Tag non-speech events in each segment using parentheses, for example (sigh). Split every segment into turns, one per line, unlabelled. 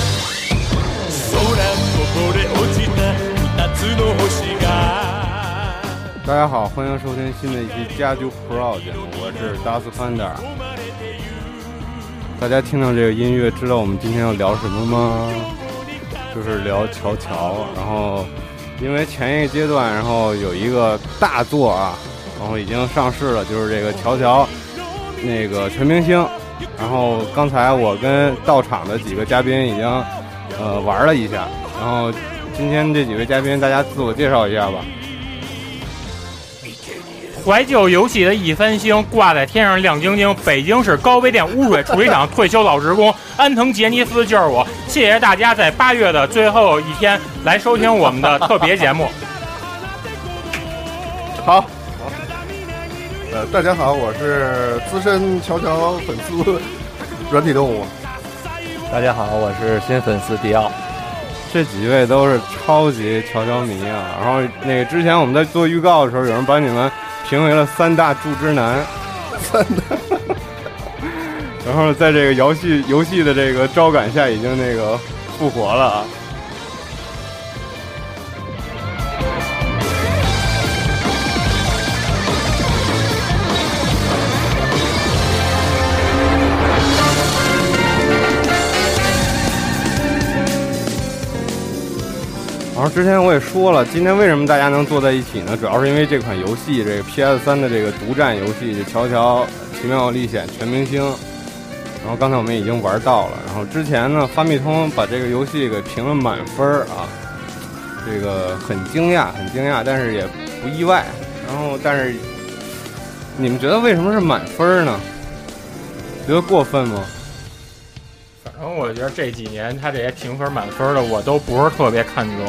空こぼれ落ちた二つの星が
大家好，欢迎收听新的一期《家居 Pro》节目，我是达斯潘达尔。大家听到这个音乐，知道我们今天要聊什么吗？就是聊乔乔。然后，因为前一个阶段，然后有一个大作啊，然后已经上市了，就是这个乔乔那个全明星。然后刚才我跟到场的几个嘉宾已经呃玩了一下，然后今天这几位嘉宾，大家自我介绍一下吧。
怀旧游戏的一番星挂在天上亮晶晶。北京市高碑店污水处理厂退休老职工安藤杰尼斯就是我。谢谢大家在八月的最后一天来收听我们的特别节目。
好，
呃，大家好，我是资深乔乔粉丝，软体动物。
大家好，我是新粉丝迪奥。
(laughs) 这几位都是超级乔乔迷啊。然后那个之前我们在做预告的时候，有人把你们评为了三大柱之男，三大。 (laughs) 然后在这个游戏游戏的这个招感下，已经那个复活了啊。然后之前我也说了，今天为什么大家能坐在一起呢？主要是因为这款游戏，这个 PS 三的这个独占游戏《就《乔乔奇妙历险全明星》。然后刚才我们已经玩到了，然后之前呢，发米通把这个游戏给评了满分儿啊，这个很惊讶，很惊讶，但是也不意外。然后，但是你们觉得为什么是满分儿呢？觉得过分吗？
反正我觉得这几年他这些评分满分的，我都不是特别看重。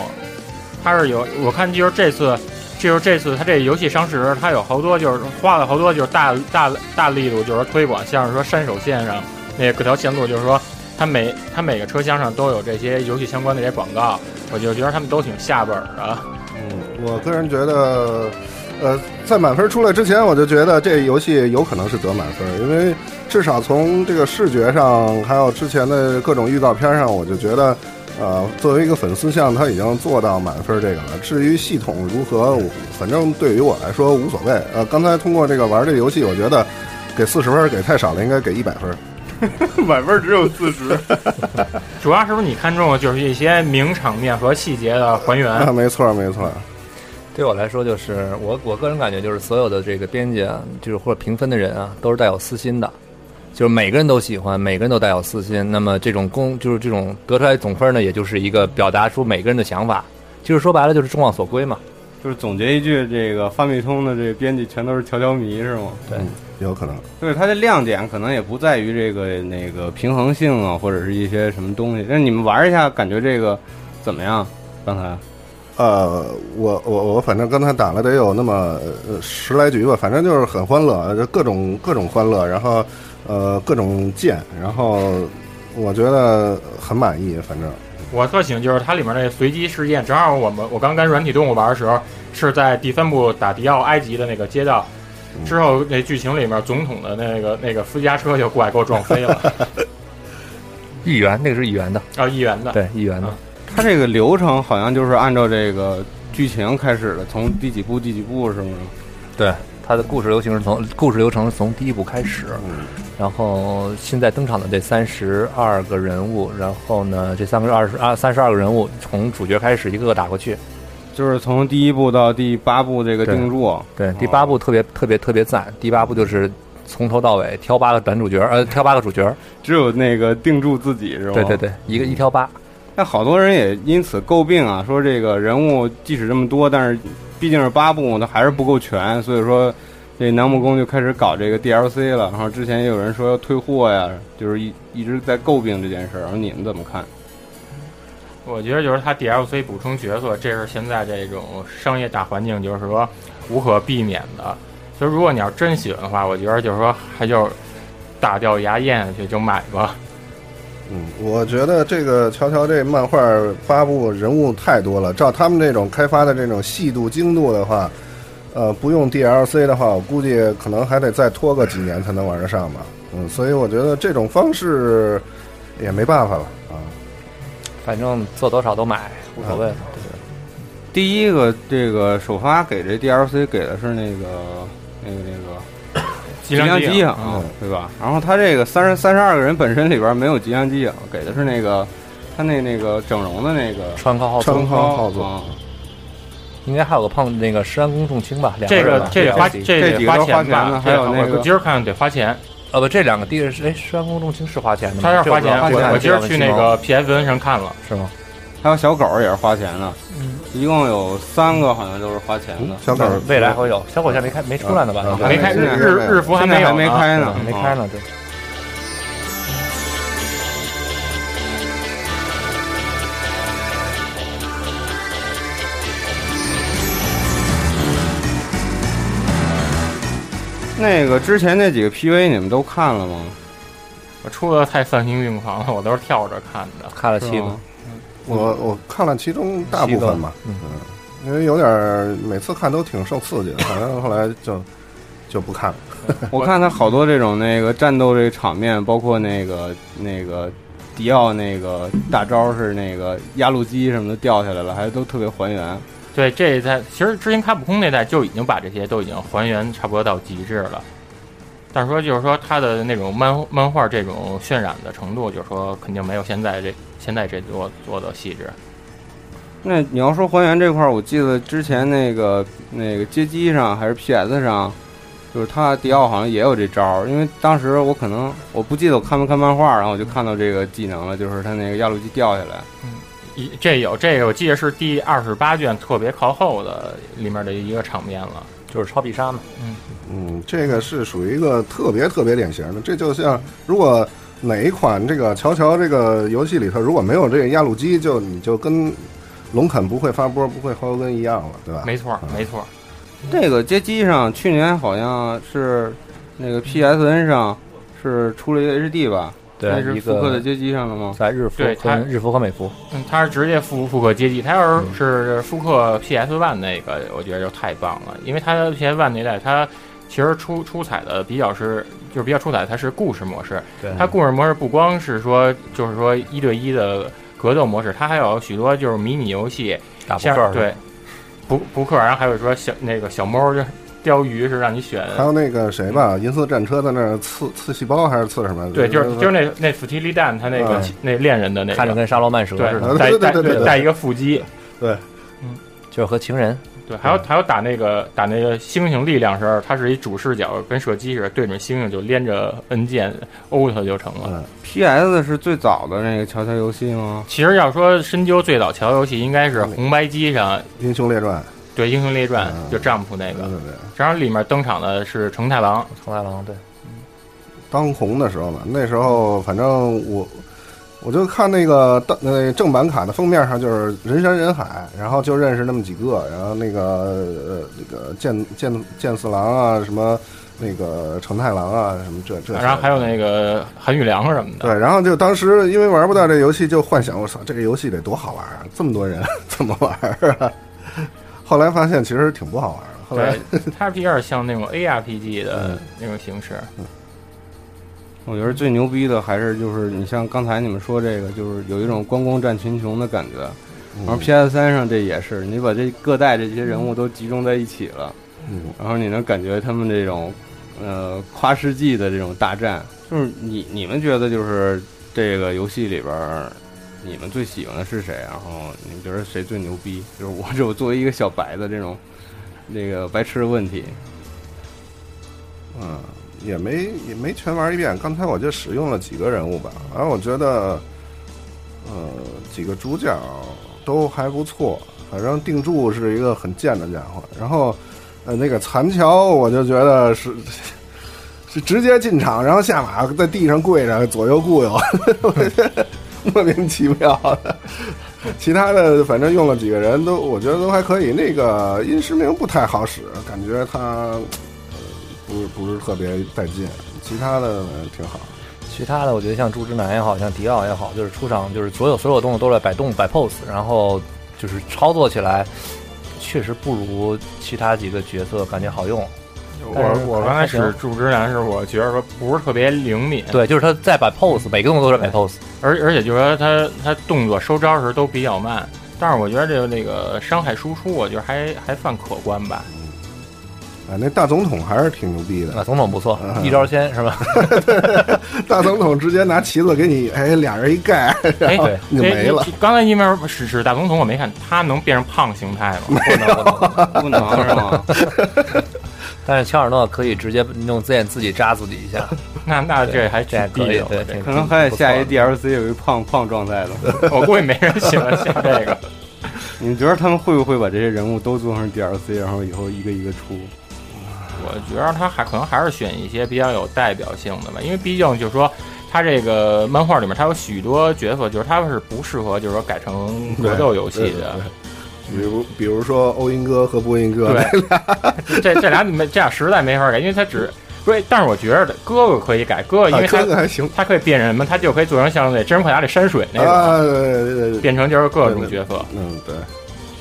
他是有，我看就是这次，就是这次他这游戏上市，他有好多就是花了好多就是大大大力度就是推广，像是说山手线上那各条线路，就是说他每他每个车厢上都有这些游戏相关的这些广告，我就觉得他们都挺下本儿的。
嗯我个人觉得，呃，在满分出来之前，我就觉得这游戏有可能是得满分，因为至少从这个视觉上，还有之前的各种预告片上，我就觉得，呃，作为一个粉丝像，他已经做到满分这个了。至于系统如何，我反正对于我来说无所谓。呃，刚才通过这个玩这游戏，我觉得给四十分儿给太少了，应该给一百分儿。
满分只有四十。
主要是不是你看中的就是一些名场面和细节的还原
(laughs) 啊，？没错儿，没错儿。
对我来说，就是我我个人感觉，就是所有的这个编辑啊，就是或者评分的人啊，都是带有私心的，就是每个人都喜欢，每个人都带有私心。那么这种公就是这种得出来总分呢，也就是一个表达出每个人的想法，就是说白了就是众望所归嘛。
就是总结一句，这个发米通的这个编辑全都是乔乔迷是吗？
对，
有可能，
对它的亮点可能也不在于这个那个平衡性啊，或者是一些什么东西。那你们玩一下，感觉这个怎么样？刚才
呃，我我我反正刚才打了得有那么呃十来局吧，反正就是很欢乐，就各种各种欢乐，然后呃各种贱，然后我觉得很满意，反正
我特喜欢就是它里面那随机事件，正好我们我刚跟软体动物玩的时候，是在第三部打迪奥埃及的那个街道。
嗯
之后那剧情里面，总统的那个那个私家车就过来给我撞飞
(laughs)
了，
议员那个是议员的，
啊，议员的，
对，议员的。
啊
它这个流程好像就是按照这个剧情开始的，从第几步第几步是吗？
对，它的故事流程是从故事流程是从第一部开始，然后现在登场的这三十二个人物，然后呢，这三个二十二三十二个人物从主角开始一个个打过去。
就是从第一步到第八步这个
对
定住，
哦
对，第八部特别特别特别赞，第八部就是从头到尾挑八个男主角，呃，挑八个主角，
只有那个定住自己是吧？
对对。对，一
嗯
个一挑八，
但好多人也因此诟病啊，说这个人物即使这么多，但是毕竟是八部，它还是不够全，所以说这南木宫就开始搞这个 DLC 了。然后之前也有人说要退货呀，就是一一直在诟病这件事儿。然后你们怎么看？
我觉得就是它 DLC 补充角色，这是现在这种商业大环境，就是说无可避免的。就如果你要真喜欢的话，我觉得就是说还就是打掉牙咽下去就买吧。
嗯，我觉得这个乔乔这漫画八部人物太多了，照他们这种开发的这种细度精度的话，呃，不用 DLC 的话，我估计可能还得再拖个几年才能玩得上吧。嗯，所以我觉得这种方式也没办法了啊。
反正做多少都买，
嗯
无所谓了。
第一个这个首发给这 DLC 给的是那个那个那个
吉
吉良
良
机
机
影
啊，，
对吧？然后他这个三十三十二个人本身里边没有吉良机影，给的是那个他那那个整容的那个
川靠浩
川
宗，
康浩
宗
宗
啊
应该还有个胖那个石安宫重卿吧？两
这
人
个
吧
这得花
几
这
这几
得
个都花
钱
钱呢
吧？
还有那
我
个
今儿看得花钱，
呃不，这两个地是哎，石安宫重卿是花钱的吗？
嗯他要是花钱，
花钱
我我今儿去那个
这
PSN 上看了，
我不知道是吗？
还有小狗也是花钱的，一共有三个好像都是花钱的。
小狗
未来会有小狗现在没开没出来呢吧？
啊
应该
没开
嗯
嗯
日
是的
日日服还
现在
没有啊
还
呢
没开呢，哦
没开呢，对。
那个之前那几个 PV 你们都看了吗？
我出的太丧心病狂了，我 (laughs) 都是跳着看的。
看了七
是
个
吗，
我我看了其中大部分吧，
嗯
因为有点儿每次看都挺受刺激的，反正后来就就不看了。
我看他好多这种那个战斗这个场面，包括那个那个迪奥那个大招是那个压路机什么的掉下来了，还都特别还原。
对，这一代其实之前卡普空那代就已经把这些都已经还原差不多到极致了，但是说就是说它的那种漫漫画这种渲染的程度，就是说肯定没有现在这现在这做做的细致。
那你要说还原这块儿，我记得之前那个那个街机上还是 PS 上，就是他迪奥好像也有这招儿，因为当时我可能我不记得我看没看漫画，然后我就看到这个技能了，就是他那个压路机掉下来。
一这有这个，我记得是第二十八卷特别靠后的里面的一个场面了。
就是超必杀嘛。
嗯，这个是属于一个特别特别典型的，这就像如果哪一款这个乔乔这个游戏里头如果没有这个压路机，就你就跟龙肯不会发波、不会后跟一样了，对吧？
没错，没错，
嗯
那个街机上去年好像是那个 PSN 上是出了一个 HD 吧？那是
呃一
复刻的
个
街机上的吗？
在日服
对它
和日服和美服，
嗯，它是直接复复刻街机，它要
嗯
是是复刻 PS One 那个，我觉得就太棒了，因为它 PS One 那代它。其实出出彩的比较是，就是比较出彩，它是故事模式，
对
它故事模式不光是说，就是说一对一的格斗模式，它还有许多就是迷你游戏，
打扑
像
克
对，扑扑克，然后还有说小那个小猫就是钓鱼是让你选，
还有那个谁吧，银色战车在那儿刺刺细胞还是刺什么？
对，就是就是那那斯提利蛋他那个、
嗯
那恋人的那
看着
个，
跟沙罗曼蛇似的，
对，
对对
带
对对
带
对
带一个腹肌，
就是和情人。
对，还有
嗯
还有打那个打那个星星力量时候，它是一主视角跟射击似的，对准星星就连着摁键殴它就成了。
嗯
PS 是最早的那个乔乔游戏吗？
其实要说深究最早桥游戏，应该是红白机上
英雄列传，
对《英雄列传》
嗯
就丈夫那
对
个
对，对，
正好里面登场的是承太郎，
承太郎对，
当红的时候嘛，那时候反正我。我就看那个当呃正版卡的封面上就是人山人海，然后就认识那么几个，然后那个呃那个剑剑剑四郎啊，什么那个承太郎啊，什么这这些，
然后还有那个韩玉良什么的。
对，然后就当时因为玩不到这游戏，就幻想我操，这个游戏得多好玩啊！这么多人怎么玩啊？后来发现其实挺不好玩的。后来
对，它比较像那种 ARPG
嗯
的那种形式。
我觉得最牛逼的还是就是你像刚才你们说这个，就是有一种关公战群雄的感觉。然后 PS 三上这也是，你把这各代这些人物都集中在一起了，
嗯
然后你能感觉他们这种，呃，跨世纪的这种大战。就是你你们觉得就是这个游戏里边儿，你们最喜欢的是谁？然后你们觉得谁最牛逼？就是我 (laughs) 这我作为一个小白的这种，那个白痴的问题，
嗯，也没也没全玩一遍。刚才我就使用了几个人物吧，然后我觉得，呃，几个主角都还不错。反正定住是一个很贱的家伙，然后，呃，那个残桥我就觉得是 (laughs) 是直接进场，然后下马在地上跪着左右顾右，我觉得 (laughs) 莫名其妙的。其他的反正用了几个人都，我觉得都还可以。那个殷世明不太好使，感觉他不是不是特别带劲，其他的挺好。
其他的我觉得像朱之南也好像迪奥也好，就是出场就是所有所有动作都在摆动摆 pose，然后就是操作起来确实不如其他几个角色感觉好用。但是
我我刚开始住之男是我觉得说不是特别灵敏，
对，就是他在摆 pose，每个动作都在摆 pose。
而而且就是说他他动作收招时都比较慢，但是我觉得这个那个伤害输出，我觉得还还算可观吧。
啊，那大总统还是挺牛逼
啊，
的， (laughs)
总统不错，一招鲜是吧？ (laughs)
大总统直接拿旗子给你，哎，俩人一盖， (laughs)
哎，
对
你就没了
哎。刚才因为使使大总统，我没看他能变成胖形态吗？
不能不能不能。
不能是吗？
但是乔尔诺可以直接用自眼自己扎自己一下，
那那这还
这
挺
还
地
可以
道。
对，
的。
挺
可能还得下一
挺不错
DLC 有一胖胖状态的。
这我估计没人喜欢下这个。
你们觉得他们会不会把这些人物都做成 DLC，然后以后一个一个出？
我觉得他还可能还是选一些比较有代表性的吧，因为毕竟就是说，他这个漫画里面他有许多角色，就是他们是不适合就是说改成格斗游戏的。
比如比如说欧音哥和波音哥， (laughs)
对， (laughs) 这这俩没这俩实在没法改，因为他只不是，但是我觉得哥哥可以改，哥哥因
啊
为他、
哥哥还行
他可以变什么，他就可以做成像那《真人快打》里山水那种，
啊，对对对对，
变成就是各种角色。
嗯对，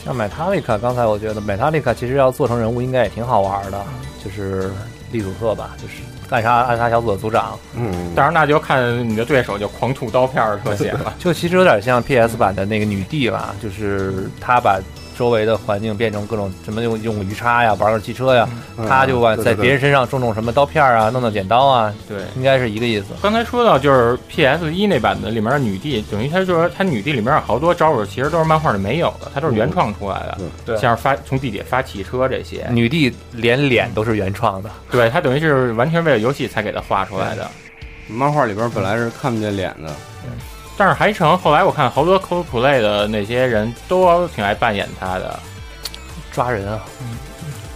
像 Metallica，刚才我觉得 Metallica 其实要做成人物应该也挺好玩的，就是利祖特吧，就是暗杀暗杀小组的组长，。
嗯，
当然，那就看你的对手就狂吐刀片儿特写了
就其实有点像 PS 版的那个女帝吧，就是她把周围的环境变成各种什么用用鱼叉呀，玩个汽车呀，
嗯
她就往
对
在
对对
别人身上种种什么刀片啊，弄弄剪刀啊，
对，
应该是一个意思。
刚才说到就是 PS 一那版的里面的女帝，等于他说他女帝里面有好多招数，其实都是漫画里没有的，它都是
嗯
原创出来的。
对
像是发从地铁发汽车这些，
女帝连脸都是原创的，
对，它等于是完全为了游戏才给它画出来的。
漫画里边本来是看不见脸的，
但是还成，后来我看好多 cosplay 的那些人都挺爱扮演他的，
抓人啊！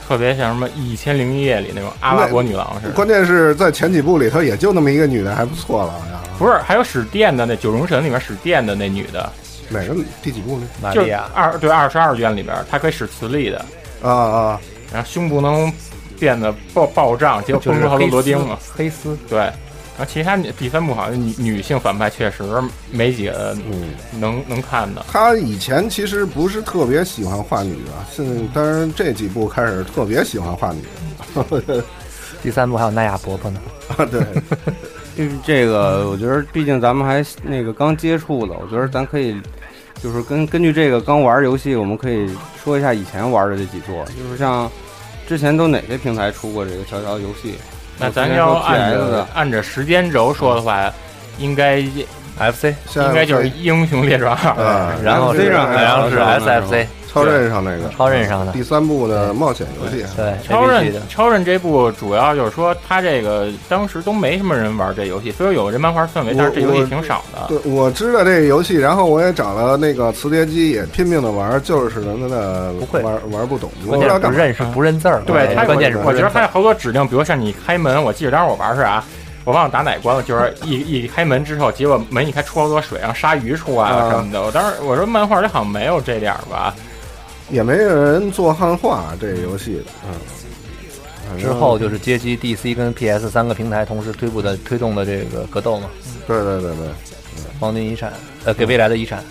特别像什么《一千零一夜》里那种阿拉伯女郎似的。
关键是在前几部里头也就那么一个女的，还不错了，好像
不是，还有使电的那《九龙神》里面使电的那女的，
哪个第几部呢？
玛
就
利
是
亚，
二对二十二卷里边，她可以使磁力的，
啊啊，
然后胸部能变得爆爆胀，结果
就
崩出
是
好多
黑
螺
丝
钉嘛。，
黑丝
对，然后其他女第三部好像女女性反派确实没几个
嗯
能、能看的。
她以前其实不是特别喜欢画女的，现在当然这几部开始特别喜欢画女的， (laughs)
第三部还有奈亚伯伯呢，
啊对，
嗯
就是这个，我觉得毕竟咱们还那个刚接触的，我觉得咱可以就是根根据这个刚玩儿游戏，我们可以说一下以前玩的这几座，就是像之前都哪些平台出过这个乔乔游戏？
那咱
之前
要
说
按
PS
着
的，
按着时间轴说的话，应该应
FC，
现
该
在
就是《英雄列
(laughs)
传二》
啊，
然后是
FC 上还有
然后是
超任上
SFC
超任上那个
超任上的
第三部的冒险游戏，
对
超
ABC 的
任超任这部主要就是说，它这个当时都没什么人玩这游戏，虽然有这漫画氛围，
我
但是这游
我
戏挺少的。
对，我知道这个游戏，然后我也找了那个磁碟机，也拼命的玩，就是他妈的
不会
玩玩不懂，我
关
不知
键
道
是不
干嘛。
认识不认字儿，
对，它
关键是
有
不
我觉得
认字
它有
儿。
好多指令，比如像你开门，我记得当时我玩是啊。我忘了打哪关了，就是一一 (laughs) 开门之后，结果门一开啊出好多水，然后鲨鱼出来了什么的。我当
嗯
时我说漫画里好像没有这点儿吧，
也没有人做汉化这个游戏的，嗯。反正
之后，就是街机 DC 跟 PS 三个平台同时推布的推动的这个格斗嘛，
对对对对，
黄金遗产，呃，给未来的遗产，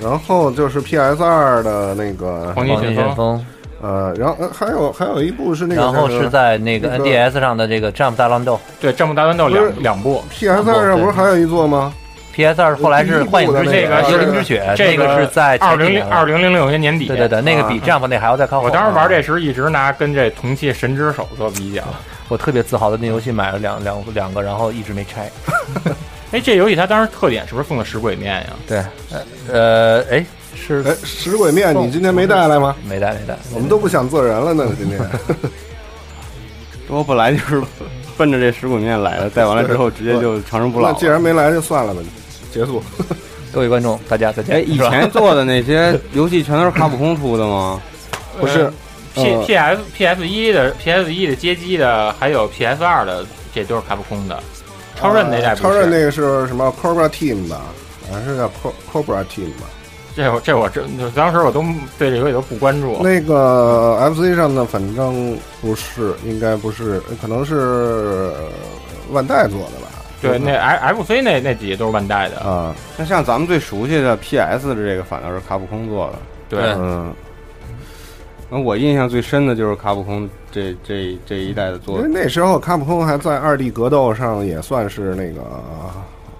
然后就是 PS 二的那个，
黄金
黄金
旋
旋风，
呃，然后呃还有还有一部是那个，
然后是在那个
那个
NDS 上的这个 Jump 大乱斗
对，《战幕大乱斗》
不是
两两部，
PS 二上不是还有一座吗？
，PS 二后来是幻影之
第一
血
部的那、个
幽灵之血，
这
呃那个是在
二
前
零
几年
零
了
二零零六年年底，
对对对，那个比 Jump 那还要再靠后。啊
我当时玩这时一直拿跟这同期《神之手》做比较。
我特别自豪的那游戏买了两两两个，然后一直没拆。
哎，这游戏它当时特点是不是送的石鬼面呀？
对，呃，哎，是
哎，食鬼面你今天没带来吗？
嗯没带没带，
我们都不想做人了呢，今天。
我本来就是奔着这石滚面来的，带完了之后直接就长生不老
(laughs) 那
了。
既然没来就算了吧，结束。
各位观众，大家再见。
哎，以
是吧
前做的那些游戏全都是卡普空出的吗？
不是
，P
呃
P F P F 一的 P F 一的街机的，还有 P F 二的，这都是卡普空的。超任那代
呃
不是，
超任那个是什么 Cobra Team 吧？好像是叫 Co- Cobra Team 吧？
这我这我这当时我都对这游戏都不关注。
那个 FC 上的反正不是，应该不是，可能是呃万代做的吧？
对，那 F F C 那那几个都是万代的。
啊，
那像咱们最熟悉的 PS 的这个，反倒是卡普空做的。
对，
嗯，
那我印象最深的就是卡普空这这这一代的
因
作
为
品。
那时候卡普空还在二 D 格斗上也算是那个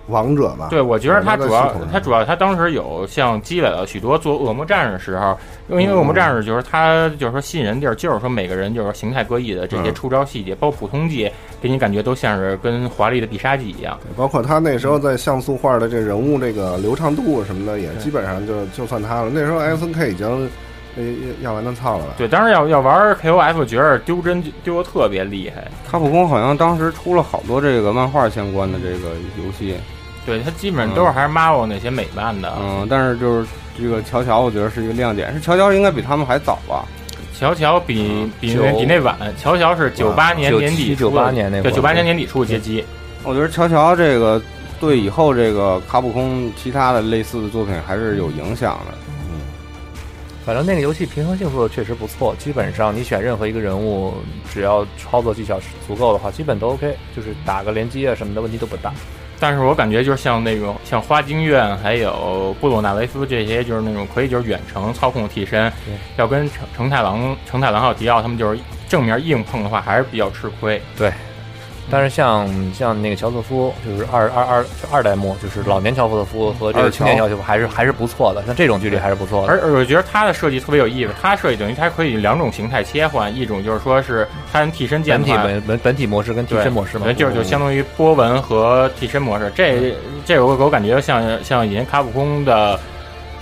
王者吧？
对，我觉得他主
在
要
系统，上
他主要，他当时有像积累了许多做恶魔战士时候，因为因为恶魔战士就是他就是说吸引人地儿，就是说每个人就是说形态各异的这
嗯
些出招细节，包括普通技，给你感觉都像是跟华丽的必杀技一样。
包括他那时候在像素画的这人物这个流畅度什么的，也基本上就就算他了。那时候 S N K 已经呃要完蛋操了吧？
对，当时要要玩 KOF，觉得丢帧丢的特别厉害。
卡普空好像当时出了好多这个漫画相关的这个游戏，
对，他基本上都是还是 Marvel 那些美漫的。
嗯，但是就是这个乔乔，我觉得是一个亮点。是乔乔应该比他们还早吧？
乔乔比比那
九
比那晚，乔乔是九八年
97
年底出的，
98年那会儿
对，九八年年底出的街机。
我觉得乔乔这个对以后这个卡普空其他的类似的作品还是有影响的。
反正那个游戏平衡性做的确实不错，基本上你选任何一个人物，只要操作技巧足够的话，基本都 OK，就是打个联机啊什么的问题都不大。
但是我感觉就是像那种像花京院还有布鲁纳维夫这些，就是那种可以就是远程操控替身
对，
要跟成成太郎、成太郎还有迪奥他们就是正面硬碰的话，还是比较吃亏。
但是像像那个乔瑟夫，就是二二二二代目，就是老年乔瑟
嗯
夫和这个青年乔瑟夫，还是还是不错的，像这种距离还是不错的。
而而我觉得它的设计特别有意思，它设计等于它可以两种形态切换，一种就是说是它跟替身键
本体
盘。
本本本体模式跟替
对
身模式嘛，
对就是就相当于波纹和替身模式。这这我我感觉像像以前卡普空的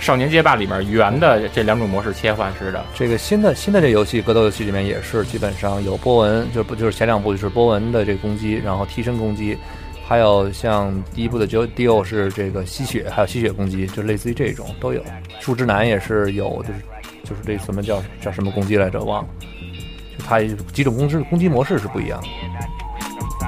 《少年街霸》里面圆的这两种模式切换似的。
这个新的新的这游戏格斗游戏里面也是基本上有波纹，就是不就是前两部就是波纹的这个攻击，然后替身攻击，还有像第一部的 Jo Dio 是这个吸血，还有吸血攻击，就类似于这种都有。树之男也是有，就是就是这什么叫叫什么攻击来着，忘了。就它几种攻击攻击模式是不一样的。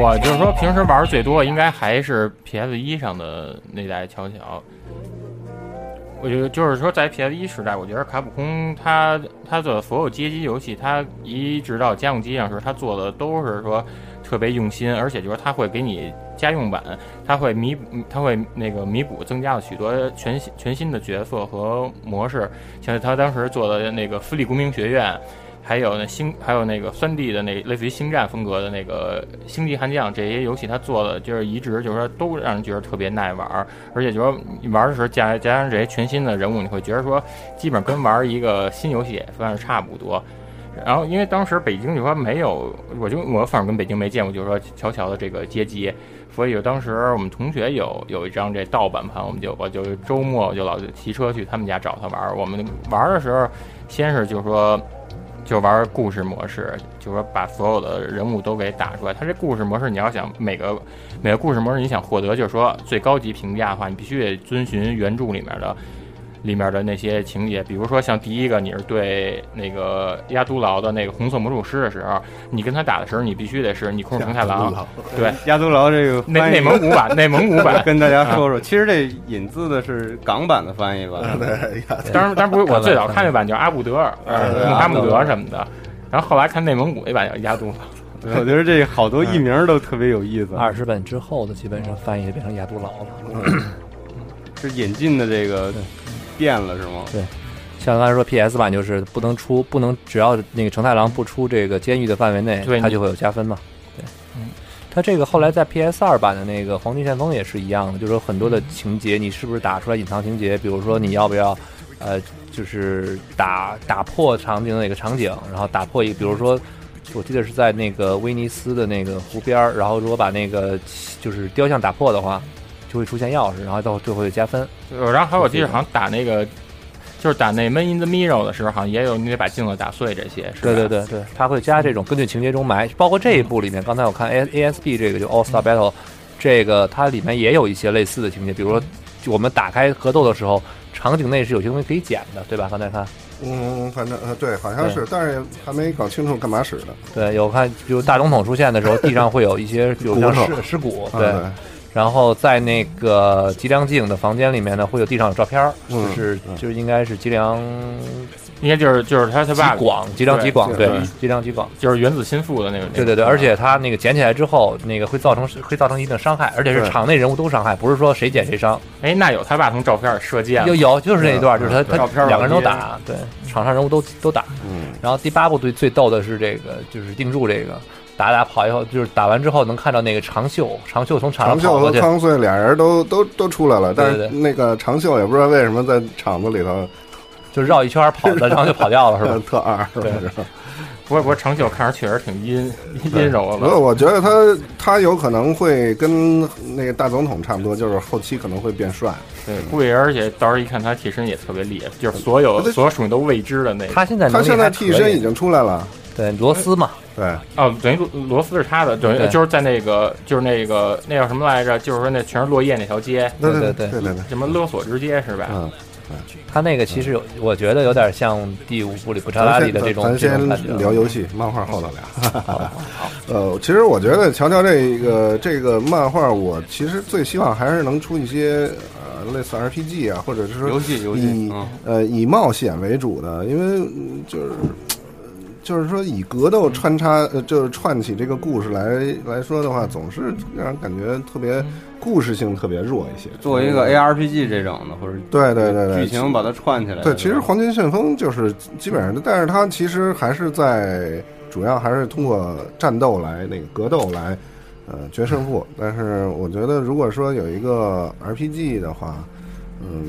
我就是说，平时玩儿最多应该还是 PS 一上的那代乔乔。我觉得就是说，在 PS 一时代，我觉得卡普空它它的所有街机游戏，它一直到家用机上时，它做的都是说特别用心，而且就是它会给你家用版，它会弥补，它会那个弥补增加了许多全新全新的角色和模式，像他当时做的那个《私立工兵学院》，还有那星，还有那个三 D 的那类似于星战风格的那个《星际悍将》这些游戏，他做的就是移植，就是说都让人觉得特别耐玩儿，而且就是说你玩的时候加加上这些全新的人物，你会觉得说基本跟玩一个新游戏也算是差不多。然后，因为当时北京就说没有，我就我反正跟北京没见过，就是说乔乔的这个街机，所以当时我们同学有有一张这盗版盘，我们就我就周末我就老骑车去他们家找他玩儿。我们玩儿的时候，先是就说就玩儿故事模式，就说把所有的人物都给打出来。他这故事模式，你要想每个每个故事模式，你想获得就是说最高级评价的话，你必须得遵循原著里面的里面的那些情节。比如说像第一个，你是对那个亚都劳的那个红色魔术师的时候，你跟他打的时候，你必须得是你控制成太郎， (laughs) 对，
亚都劳这个
内
翻译
内蒙古啊版，内蒙古版
(laughs) 。跟大家说说，其实这引自的是港版的翻译吧？
啊当然，当然不是我最早看那版叫阿布德 (laughs) 尔、呃
对
阿姆德什么的，然后后来看内蒙古那版叫亚都。
我觉得这好多译名都特别有意思，
啊
二十本之后的基本上翻译就变成亚都劳了。
是引进的这个变了是吗？
像刚才说 PS 版就是不能出，不能只要那个承太郎不出这个监狱的范围内
对，
它
你嗯
就会有加分嘛。对，它这个后来在 PS 二版的那个《黄金旋风》
嗯
也是一样的，就是说很多的情节，你是不是打出来隐藏情节？比如说你要不要，呃，就是打打破场景的一个场景，然后打破一个，比如说我记得是在那个威尼斯的那个湖边儿，然后如果把那个就是雕像打破的话，就会出现钥匙，然后到最后就加分。
呃然后还有我记得好像打那个，就是打那 Man in the Mirror 的时候，好像也有你得把镜子打碎这些，是吧？
对对对对，他会加这种根据情节中埋，包括这一部里面，刚才我看 A A S B 这个就 All Star Battle，、这个它里面也有一些类似的情节，比如说就我们打开格斗的时候，场景内是有些东西可以捡的，对吧？刚才看，
嗯，反正呃对，好像是，但是也还没搞清楚干嘛使的。
对，有看，比如大总统出现的时候，地上会有一些，比如像
骨
尸尸骨，对。
啊
然后在那个吉良静的房间里面呢，会有地上有照片儿，
嗯
就是
嗯
就是应该是吉良
应该就是就是他他
吉
爸
广，吉良吉广，
对
对
对，
吉良吉广。
就是原子心腹的那个，
对对
嗯
对，而且它那个捡起来之后，那个会造成会造成一定伤害，而且是
对
场内人物都伤害，不是说谁捡谁伤。
哎，那有他爸从照片射箭，
有有就是那一段，就是他
照片
他
儿
两个人都
往街
打，对，场上人物都都打。
嗯，
然后第八部最最逗的是这个，就是定住这个打打跑以后，就是打完之后能看到那个长袖，长袖从场上
长
跑
袖
过
和
去，
康穗俩人都都都出来了，但
对
是
对
那个长袖也不知道为什么在厂子里头
就绕一圈
(laughs)
儿跑的，然后就跑掉了，是吧
呃？特
(laughs)
二，是
对
吧？
不过不过长袖看着确实挺阴阴柔
不过
了，
我觉得他他有可能会跟那个大总统差不多，就是后期可能会变帅。
对，估计而且到时候一看他替身也特别厉害，就是所有
对
所有属性都未知的那个。
他现在
他
能力
现
还
在
可
替身已
以，
经出来了，
对罗斯嘛，
对，
哦，等于罗罗斯是他的，等于
对
就是在那个就是那个那叫什么来着？就是说那全是落叶那条街，
对
对
对
对
对
对对，
什么勒索之街是吧？
嗯，
他那个其实有，我觉得有点像第五部里布查
咱
拉
先
里的这
嗯
种
咱
这种感
先聊
觉。啊嗯
游戏，漫画后头聊。 (laughs) 呃，其实我觉得乔乔这个这个漫画，我其实最希望还是能出一些呃类似 RPG 啊，或者是说
游戏游戏
以
嗯
呃以冒险为主的，因为嗯就是。就是说，以格
嗯
斗穿插，呃，就是串起这个故事来来说的话，总是让人感觉特别
嗯
故事性特别弱一些。
做一个 ARPG 这种的，或者
对对对对，
剧情把它串起
呃
来。
对，其实《黄金旋风》就是基本上，但是它其实还是在主要还是通过战斗来那个格斗来，呃，决胜负。但是我觉得，如果说有一个 RPG 的话，嗯，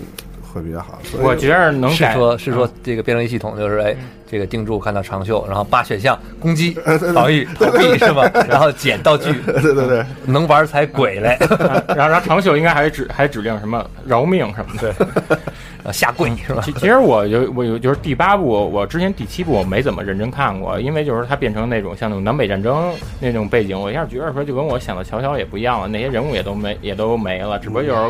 会比较好。所以
我觉得能
是
改嗯
说，是说这个变成一系统，就是哎，这个定住看到长袖，然后八选项攻击、
呃
防御、投币是吧？然后捡道具，
(laughs) 对对对，
能玩才
(laughs)
鬼嘞，
然后然后长袖应该还指还指令什么饶命什么的。
然后啊下跪是吧？
其其实我有我有就是第八部，我之前第七部我没怎么认真看过，因为就是它变成那种像那种南北战争那种背景，我一下觉得说就跟我想的乔乔也不一样了，那些人物也都没也都没了，只不过就是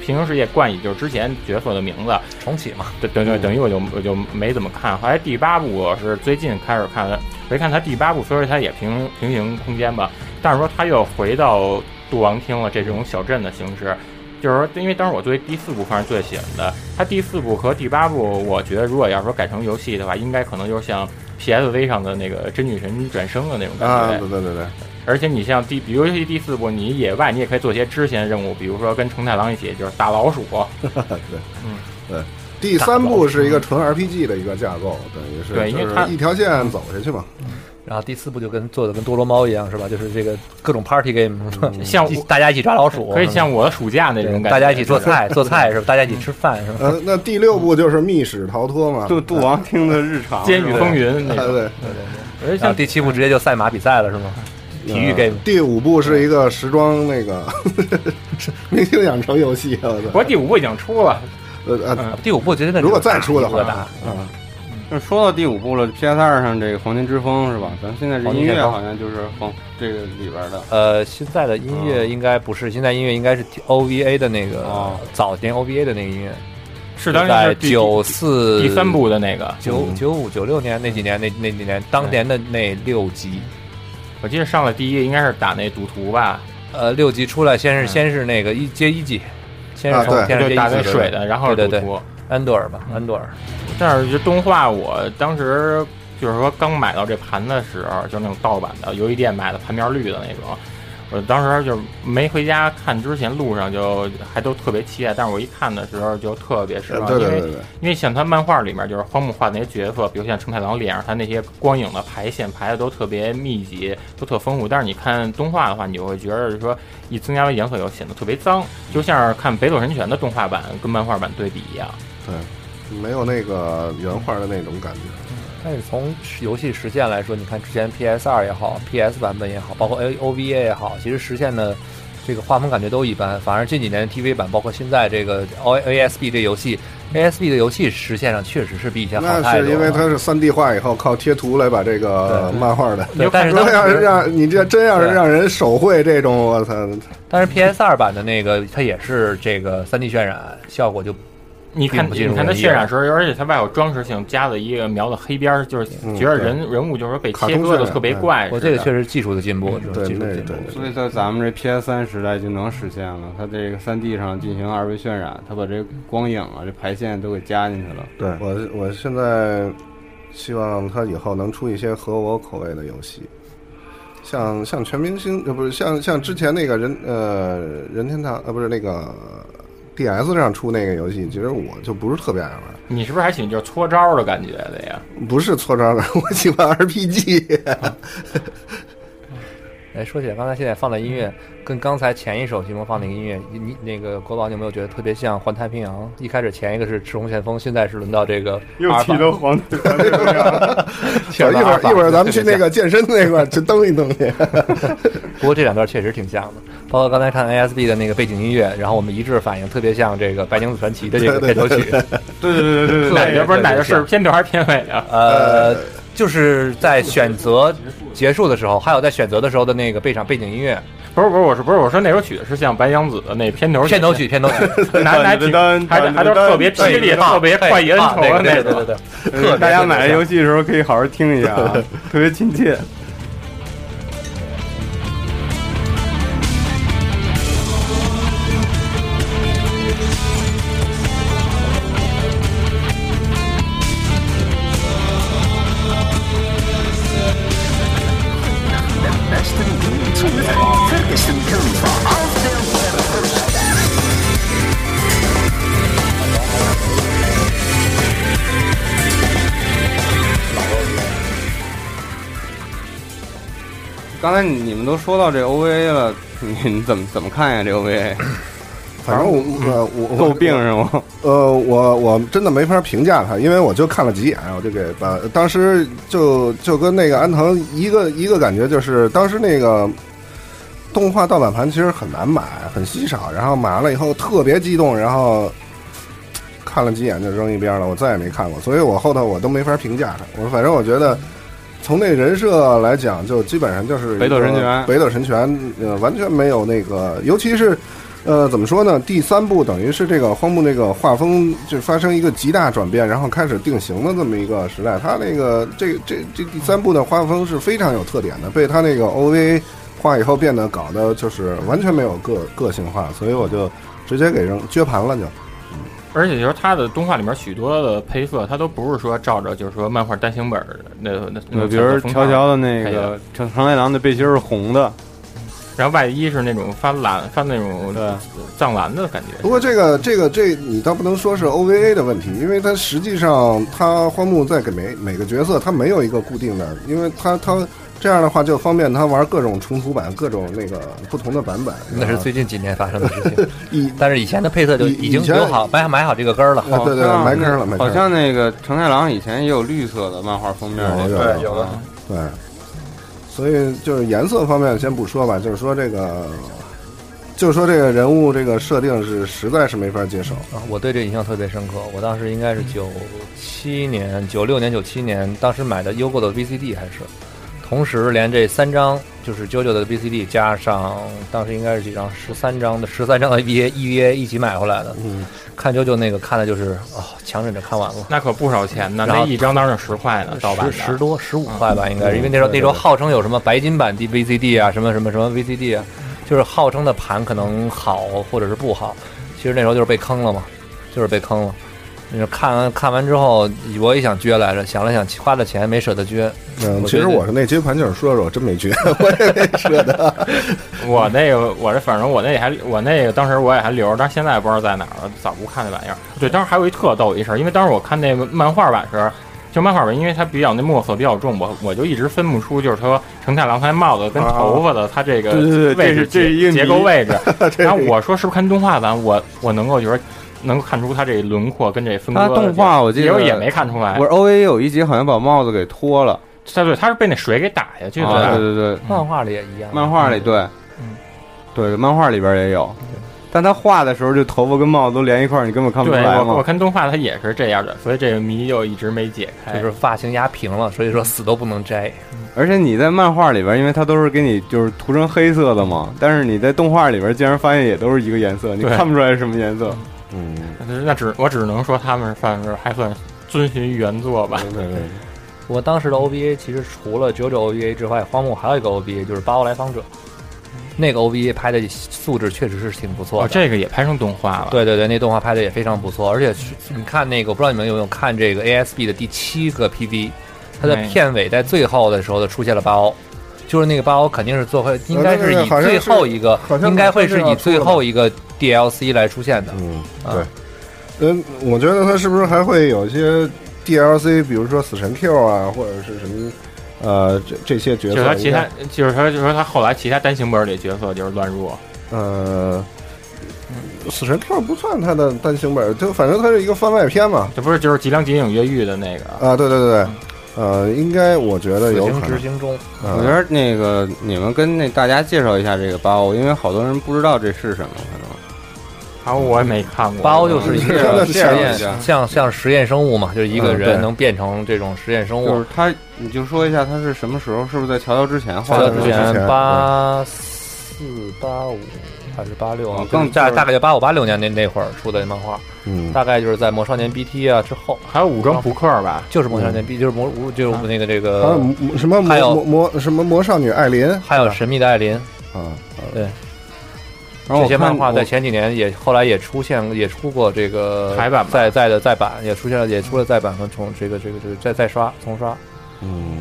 平行世界冠以就是之前角色的名字，
重启嘛，
等等等等于我就我就没怎么看。后来第八部我是最近开始看的，我一看它第八部，虽然它也平平行空间吧，但是说它又回到杜王厅了这种小镇的形式。就是说，因为当时我对第四部反正最喜欢的，它第四部和第八部，我觉得如果要说改成游戏的话，应该可能就是像 PSV 上的那个《真女神转生》的那种感觉。
啊，对对对对，
而且你像第，比如尤其第四部，你野外你也可以做一些支线任务，比如说跟承太郎一起就是打老鼠，
第三部是一个纯 RPG 的一个架构，等于是
对因为
就是
它
一条线走下去嘛。
然后第四部就跟做的跟多罗猫一样是吧？就是这个各种 party game，是吧
嗯像
一大家一起抓老鼠，
可以像我的暑假那
对
种感觉，
大家一起做
就是嗯
菜做菜是
(laughs)
吧？大家一起吃饭是吧？
呃，那第六部就是密室逃脱嘛，
杜杜王听的日常
监狱风云那
啊
种。我觉
对。
得
然后
像
第七部直接就赛马比赛了是吗？体育 game
呃第五部是一个时装那个 (laughs) 明星养成游戏，我
不
操
过第五部已经出了，
呃呃，
第五部绝对那
如果再出的话
一个打
啊，
就是说到第五部了，PS 二上这个《黄金之风》是吧？咱现在这音
黄金之
乐
风
好像就是黄这个里边的。
呃，现在的音
哦
乐应该不是，现在音乐应该是 OVA 的那个、
哦
早年 OVA 的那个音乐，
是当
在
时第
九四
第三、部的嗯那个，
九九五、九六年那几年那那几年当年的那六集，
我记得上了第一应该是打那赌徒吧，
呃，六集出来先是、先是那个一接一季，先
啊
是
对
从天上
嗯就
接
打那
一季
水的，然后是嗯
对
赌
对对
徒。
安多尔吧，安多尔，
但是就动画，我当时就是说刚买到这盘的时候，就是那种盗版的，游戏店买的盘面绿的那种。我当时就是没回家看之前，路上就还都特别期待，但是我一看的时候就特别失望，
对对
因为
对对对，
因为像他漫画里面就是荒木画的那些角色，比如像承太郎脸上他那些光影的排线排的都特别密集，都特丰富。但是你看动画的话，你就会觉得说一增加为颜色
嗯
以后显得特别脏，就像是看《北斗神拳》的动画版跟漫画版对比一样。
对，没有那个原画的那种感觉。
但是从游戏实现来说，你看之前 PS 二也好，PS 版本也好，包括 A O V A 也好，其实实现的这个画风感觉都一般。反而近几年 TV 版，包括现在这个 O A S B 这游戏，A S B 的游戏实现上确实是比以前好
那
太多了。
是因为它是三 D 画以后靠贴图来把这个漫画的。
对，但是
如
当
果 (laughs) 要是
时
让你这真要是
对
让人手绘这种，我操！
但是 PS 二版的那个它也是这个三 D 渲染效果就
你看，
并不尽
你
如
看它
人意
渲染时候，而且它外有装饰性加了一个描的黑边儿，就是觉得人、人物就是说被
卡
切
通
割
渲
的
染
特别
嗯
怪似的。
嗯我这个确实技术的进步，就是
对
技术
嗯
的
对
进步
对。
所以在咱们这 PS 三时代就能实现了。它这个三 D 上进行二维渲染，它把这光影啊、这排线都给加进去了。
对我我现在希望它以后能出一些合我口味的游戏，像像全明星呃不是像像之前那个人呃任天堂呃不是那个 DS 上出那个游戏，其实我就不是特别爱玩，
你是不是还喜欢就是搓招的感觉的呀？
不是搓招的， (laughs) 我喜欢 RPG。
哎，说起来，刚才现在放的音乐跟刚才前一首节目放的音乐，你你那个国宝，你有没有觉得特别像《环太平洋》？一开始前一个是《赤红旋风》，现在是轮到这个
(laughs) 又
阿尔
提
法
到黄队，
(laughs)
一会儿啊一会儿咱们去那。
现在是阿尔法特别像
个健身那块儿去蹬一蹬去。
不过这两段确实挺像的，包括刚才看 ASB 的那个背景音乐，然后我们一致反应特别像这个《白娘子传奇》的这个片头曲。
对对对
(laughs)
对对
哪个不是哪个是
像
片头还是片尾啊？
呃，就是在选择结束的时候，还有在选择的时候的那个背场背景音乐，
不是不是，我是不是我说那首曲子是像白娘子的那片头
片头曲，，片头曲，
(laughs) 拿拿挺还还都是特别
对
霹雳、
对
特别快意恩仇的那
对对对
种
对。对。
对，大家买游戏的时候可以好好听一下，啊，特别亲切。刚才你们都说到这 OVA 了，你你怎么怎么看呀？这 OVA
(laughs) 反正嗯我我我我
诟病是吗？
呃，我我真的没法评价他，因为我就看了几眼，我就给把当时就就跟那个安藤一个一个感觉，就是当时那个动画盗版盘其实很难买，很稀少，然后买完了以后特别激动，然后看了几眼就扔一边了，我再也没看过，所以我后头我都没法评价他。我反正我觉得从那人设来讲，就基本上就是一个
北斗神拳
北斗神拳，呃，完全没有那个，尤其是。呃，怎么说呢？第三部等于是这个荒木这个画风就发生一个极大转变，然后开始定型的这么一个时代。他那个这这这第三部的画风是非常有特点的，被他那个 OVA 画以后变得搞得就是完全没有个个性化，所以我就直接给扔撅盘了就。
而且就是它的动画里面许多的配色，它都不是说照着就是说漫画单行本儿那那那种
对，比如
风格
乔乔的那
哎
个
呀
长长太郎的背心儿是红的，
然后外衣是那种发蓝发那种
对
藏蓝的感
不
觉。
过这个这个这你倒不能说是 OVA 的问题，因为它实际上它荒木在给每每个角色他没有一个固定的，因为他他这样的话就方便他玩各种重复版、各种那个不同的版本。
那是
啊
最近几年发生的事
(laughs)
情，
以
但是以前的配色就
以
已经
以前
有好买买好这个根儿了。
啊对对对
好像
埋坑了埋坑
好
了
像那个长太郎以前也有绿色的漫画封面，
有有有
的。
对，所以就是颜色方面先不说吧，就是说这个，就是说这个人物这个设定是实在是没法接受。
啊，我对这印象特别深刻。我当时应该是九七年、九六年、九七年，当时买的优购的 VCD 还是，同时连这三张就是九九的 VCD 加上当时应该是几张十三张的十三张的 E EVA EVA 一起买回来的。
嗯，
看九九那个看的就是啊、强忍着看完了。
那可不少钱呢，
然
那
后
一张当然十块呢，啊盗版的
十十多十五块吧，应该是因为那时候那时候号称有什么白金版 D VCD 啊，什么什么什么 VCD 啊，就是号称的盘可能好或者是不好，其实那时候就是被坑了嘛，就是被坑了。那时候看完看完之后，我也想撅来着，想了想花的钱没舍得撅，
嗯，
我
其
觉
实
得
我是那接盘就是说说，我真没觉，我也没舍得。
(laughs) 我那个，我这反正我那还我那个，当时我也还留着，但是现在不知道在哪儿了，早不看那玩意儿。对，当时还有一特逗一事儿，因为当时我看那个漫画版时候，就漫画版，因为它比较那墨色比较重，我我就一直分不出，就是说成太郎他帽子跟头发的他这个
啊对对对这
位
是
置
(laughs) 这是一个
结结
谜
构位置。然后我说是不是看动画版，我我能够就是能够看出它这轮廓跟这分割
它
的这。
动画我记得
也也没看出来
我，O A 有一集好像把帽子给脱了，
它对它是被那水给打下去的。
对对对，
漫画里也一样，
漫画里对，
嗯
对，漫画里边也有，但他画的时候就头发跟帽子都连一块儿，你根本看不出
对
来
我我
嘛。
看动画它也是这样的，所以这个谜就一直没解开。
就是发型压平了，所以说死都不能摘。
而且你在漫画里边，因为它都是给你就是涂成黑色的嘛，但是你在动画里边竟然发现也都是一个颜色，你
对
看不出来是什么颜色。
嗯，
那只我只能说他们算是还算遵循原作吧。
对对，
不过当时的 OVA 其实除了九九 OVA 之外，荒木还有一个 OVA 就是《八欧来访者》，那个 OVA 拍的素质确实是挺不错
哦，
的。
这个也拍成动画了。
对对对，那动画拍的也非常不错，而且是你看那个，我不知道你们有没有看这个 ASB 的第七个 PV，它的
没
片尾在最后的时候的出现了八欧，就是那个八欧肯定是做会，应该是
那个
以
好像
最
是
后一个
好，像
应该会
马
是
上就
以
要
最
出了
后一个 DLC 来出现的。
嗯
啊
对，嗯，我觉得他是不是还会有一些 DLC，比如说死神 Q 啊，或者是什么呃这这些角
就是他
色，
其他，就是他，就是说他后来其他单行本里角色就是乱入，
呃。死神 Q 不算他的单行本，就反正它是一个番外篇嘛。
这不是就是吉良吉影越狱的那个，
啊，对对对，呃，应该我觉得
死
有
刑
可
执
能。
行中，
嗯
我觉得那个你们跟那大家介绍一下这个八欧，因为好多人不知道这是什么，可能。
然后我也没看过。嗯
八欧就是一
看
个
到
这样
前
一
面
下
像像实验生物嘛，就是一个
嗯
人
对
能变成这种实验生
就
物
是。他，你就说一下他是什么时候，是不是在乔乔之前画
乔
的
乔
呢？
之
之前
前
八四八五还是八六
哦
啊？
更
就是大
就是
大概就八五八六年那那会儿出的漫画，
嗯，
大概就是在《魔少年 BT》啊之后，
还有武装扑克吧，
就是《魔少年 BT》，就是魔无就是那个这
嗯啊还有
个，
魔什么
还有
魔魔魔什么魔少女艾琳
还有《神秘的艾琳》
啊，
然后
这
我
些
看
漫画，在
我
前几年也后来也出现也出过这个
台版吧
再再的再版也出现了也出了再版和重这个这个这个再再刷重刷，
嗯，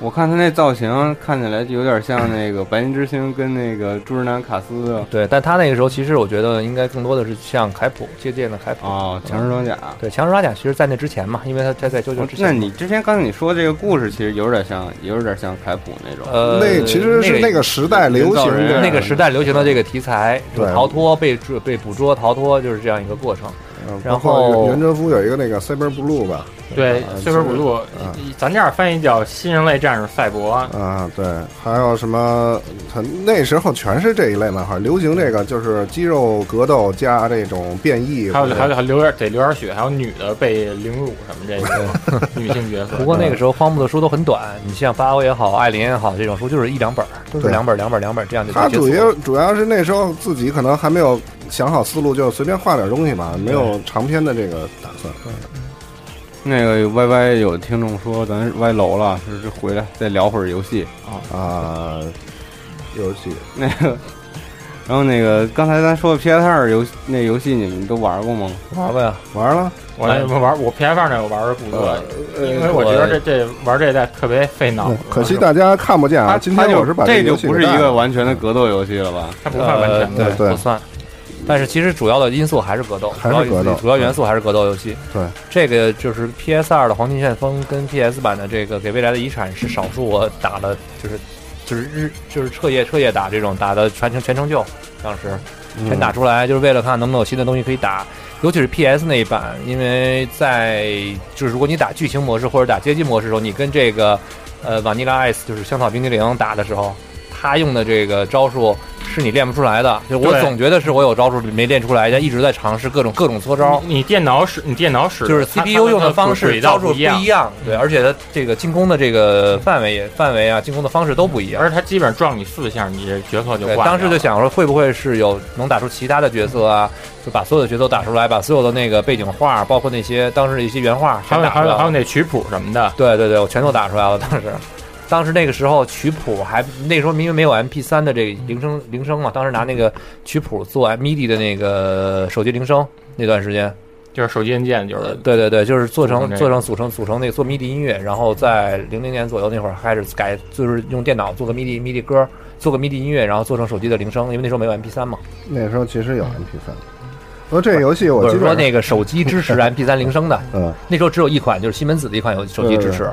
我看他那造型看起来就有点像那个白银之星跟那个朱之南卡斯啊
对，但他那个时候其实我觉得应该更多的是像凯普借鉴了凯，普
哦强制装甲。
对，强人抓甲其实在那之前嘛，因为他他在舅舅之前
哦
那
嘛。
你之前刚才你说这个故事，其实有点像，有点像凯普那种。
呃，
那其实是那个时代
人
流行
造
的
人
那个时代流行的这个题材，就
对
逃脱被追被捕捉逃脱就是这样一个过程。
呃
然
包括
后
袁哲夫有一个那个 Cyber Blue 吧，
对，
呃
啊
碎片补录，
嗯
咱这儿翻译叫新人类战士赛博，
啊，对，还有什么？他那时候全是这一类漫画，流行这个就是肌肉格斗加这种变异，
还有
或者
还有还流点得流点血，还有女的被凌辱什么这个女性角色。嗯
不过那个时候荒木的书都很短，你像八欧也好，艾琳也好，这种书就是一两本儿，都是
对
两本儿两本儿两本儿这样就
他
结束
主
了。
要主要是那时候自己可能还没有想好思路，就随便画点东西吧，没有长篇的这个打算。
那个 Y Y 有听众说咱歪楼了，就是回来再聊会儿游戏。
啊，游戏
那个，然后那个刚才咱说的 PS 二游戏那游戏你们都玩过吗？
玩吧，
玩了，
我我玩我 PS 二那我玩的不多，
呃
因为我觉得这这玩这代特别费脑子
对，可惜大家看不见啊。
它
今
它
天
就
我是把
这
个
就
游戏
不是
给
一
干
个
了
完全的格斗游戏了吧？
它不算完
呃
全。
对
对
不算。但是其实主要的因素还是格斗，
还是
主要
格斗嗯
主要元素还是格斗游戏。
对，
这个就是 PS 二的黄金旋风跟 PS 版的这个给未来的遗产是少数我打了就是就是日就是彻夜彻夜打这种打的全程全成就，当时。全打出来，就是为了看能不能有新的东西可以打。尤其是 PS 那一版，因为在就是如果你打剧情模式或者打街机模式的时候，你跟这个呃瓦尼拉 ice 就是香草冰激凌打的时候，他用的这个招数是你练不出来的。就我
对
总觉得是我有招数没练出来，但一直在尝试各种各种搓招。
你你电脑使你电脑使
就是
它
CPU 用的方式
轨
招
道
数
不
不
一样嗯
一，样，对，而且它这个进攻的这个范围也范围啊，进攻的方式都不一样。
而且他基本上撞你四下，你这角色就
对，
挂掉了。
当时就想说，会不会是有能打出其他的角色啊？就把所有的角色打出来，把所有的那个背景画，包括那些当时的一些原画
还
全
有
打
还
出
有还
来
有
了。
那曲谱什么的，
对对对，我全都打出来了。当时，当时那个时候曲谱还那时候因为没有 MP 三的这个铃声铃声嘛，当时拿那个曲谱做 MIDI 的那个手机铃声。那段时间，
就是手机按键，就
呃
是
对对对，就是做成
组成这个
做成组成组成那个做 MIDI 音乐，然后在零零年左右那会儿开始改，就是用电脑做个 E MIDI MIDI 歌，做个 MIDI 音乐，然后做成手机的铃声，因为那时候没有 MP 三嘛。
嗯那时候其实有 MP 三，不过这游戏我
不
基
是
本
说
上
那个手机
(laughs)
支持 MP 三铃声的，
嗯，
那时候只有一款，就是西门子的一款有手机支持。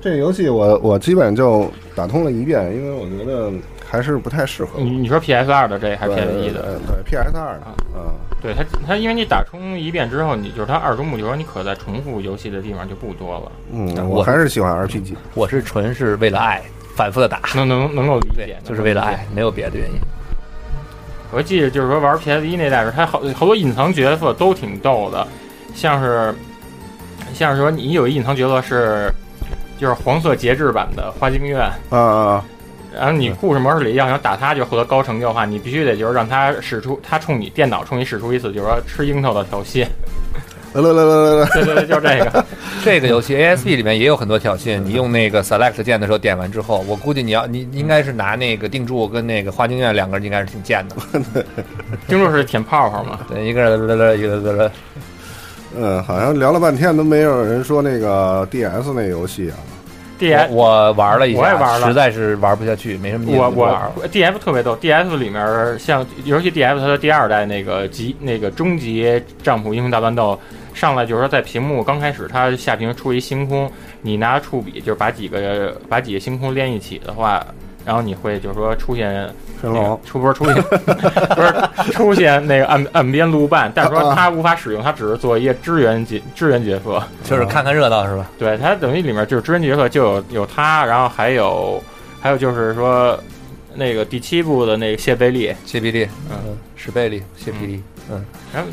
这游戏我我基本就打通了一遍，因为我觉得还是不太适合我。
嗯
你你说 PS 二的这还是 PS 一的，
对对对 PS 二的
啊，
嗯，
对它它因为你打充一遍之后，你就是它二中目标，你可在重复游戏的地方就不多了，
嗯，
我
我还是喜欢 RPG。
我是纯是为了爱，反复的打，
能能能够理解，
就是为了
能够理解
爱，没有别的原因。
我记得就是说玩 PS 一那代时，候，它好好多隐藏角色都挺逗的，像是像是说你有一隐藏角色是就是黄色节制版的花京院，
啊啊
然后你故事模式里要想打他就获得高成就的话，你必须得就是让他使出他冲你电脑冲你使出一次就是说吃樱桃的挑衅，
啊！来来来来来，
(laughs) 对对对，就是这个，
这个游戏 ASP 里面也有很多挑衅，你用那个 Select 键的时候点完之后，我估计你要你你应该是拿那个定住跟那个花京院两个人应该是挺贱的，
听说是舔泡泡嘛，
对，一个人啦啦啦一
(laughs)
个人啦啦
嗯，好像聊了半天都没有人说那个 DS 那游戏啊。
D S
我我玩了一下，
我也玩了
实在是玩不下去，没什么意思。
我
不玩了
我 D F 特别逗，D F 里面像尤其 D F 它的第二代那个极那个终极占卜英雄大乱斗，上来就是说在屏幕刚开始它下屏出一星空，你拿触笔就是把几个把几个星空连一起的话，然后你会就是说出现
神
那
龙
个，出不是出现不是出现那个岸岸边路伴，但是
啊
说它无法使用，它只是作为一个支援角支援角色。
就是
嗯
看看热闹是吧？
对，它等于里面就是支援角色就有有他，然后还有还有就是说那个第七部的那个谢贝利，
谢必利，
嗯，
史贝利，谢必利，
然后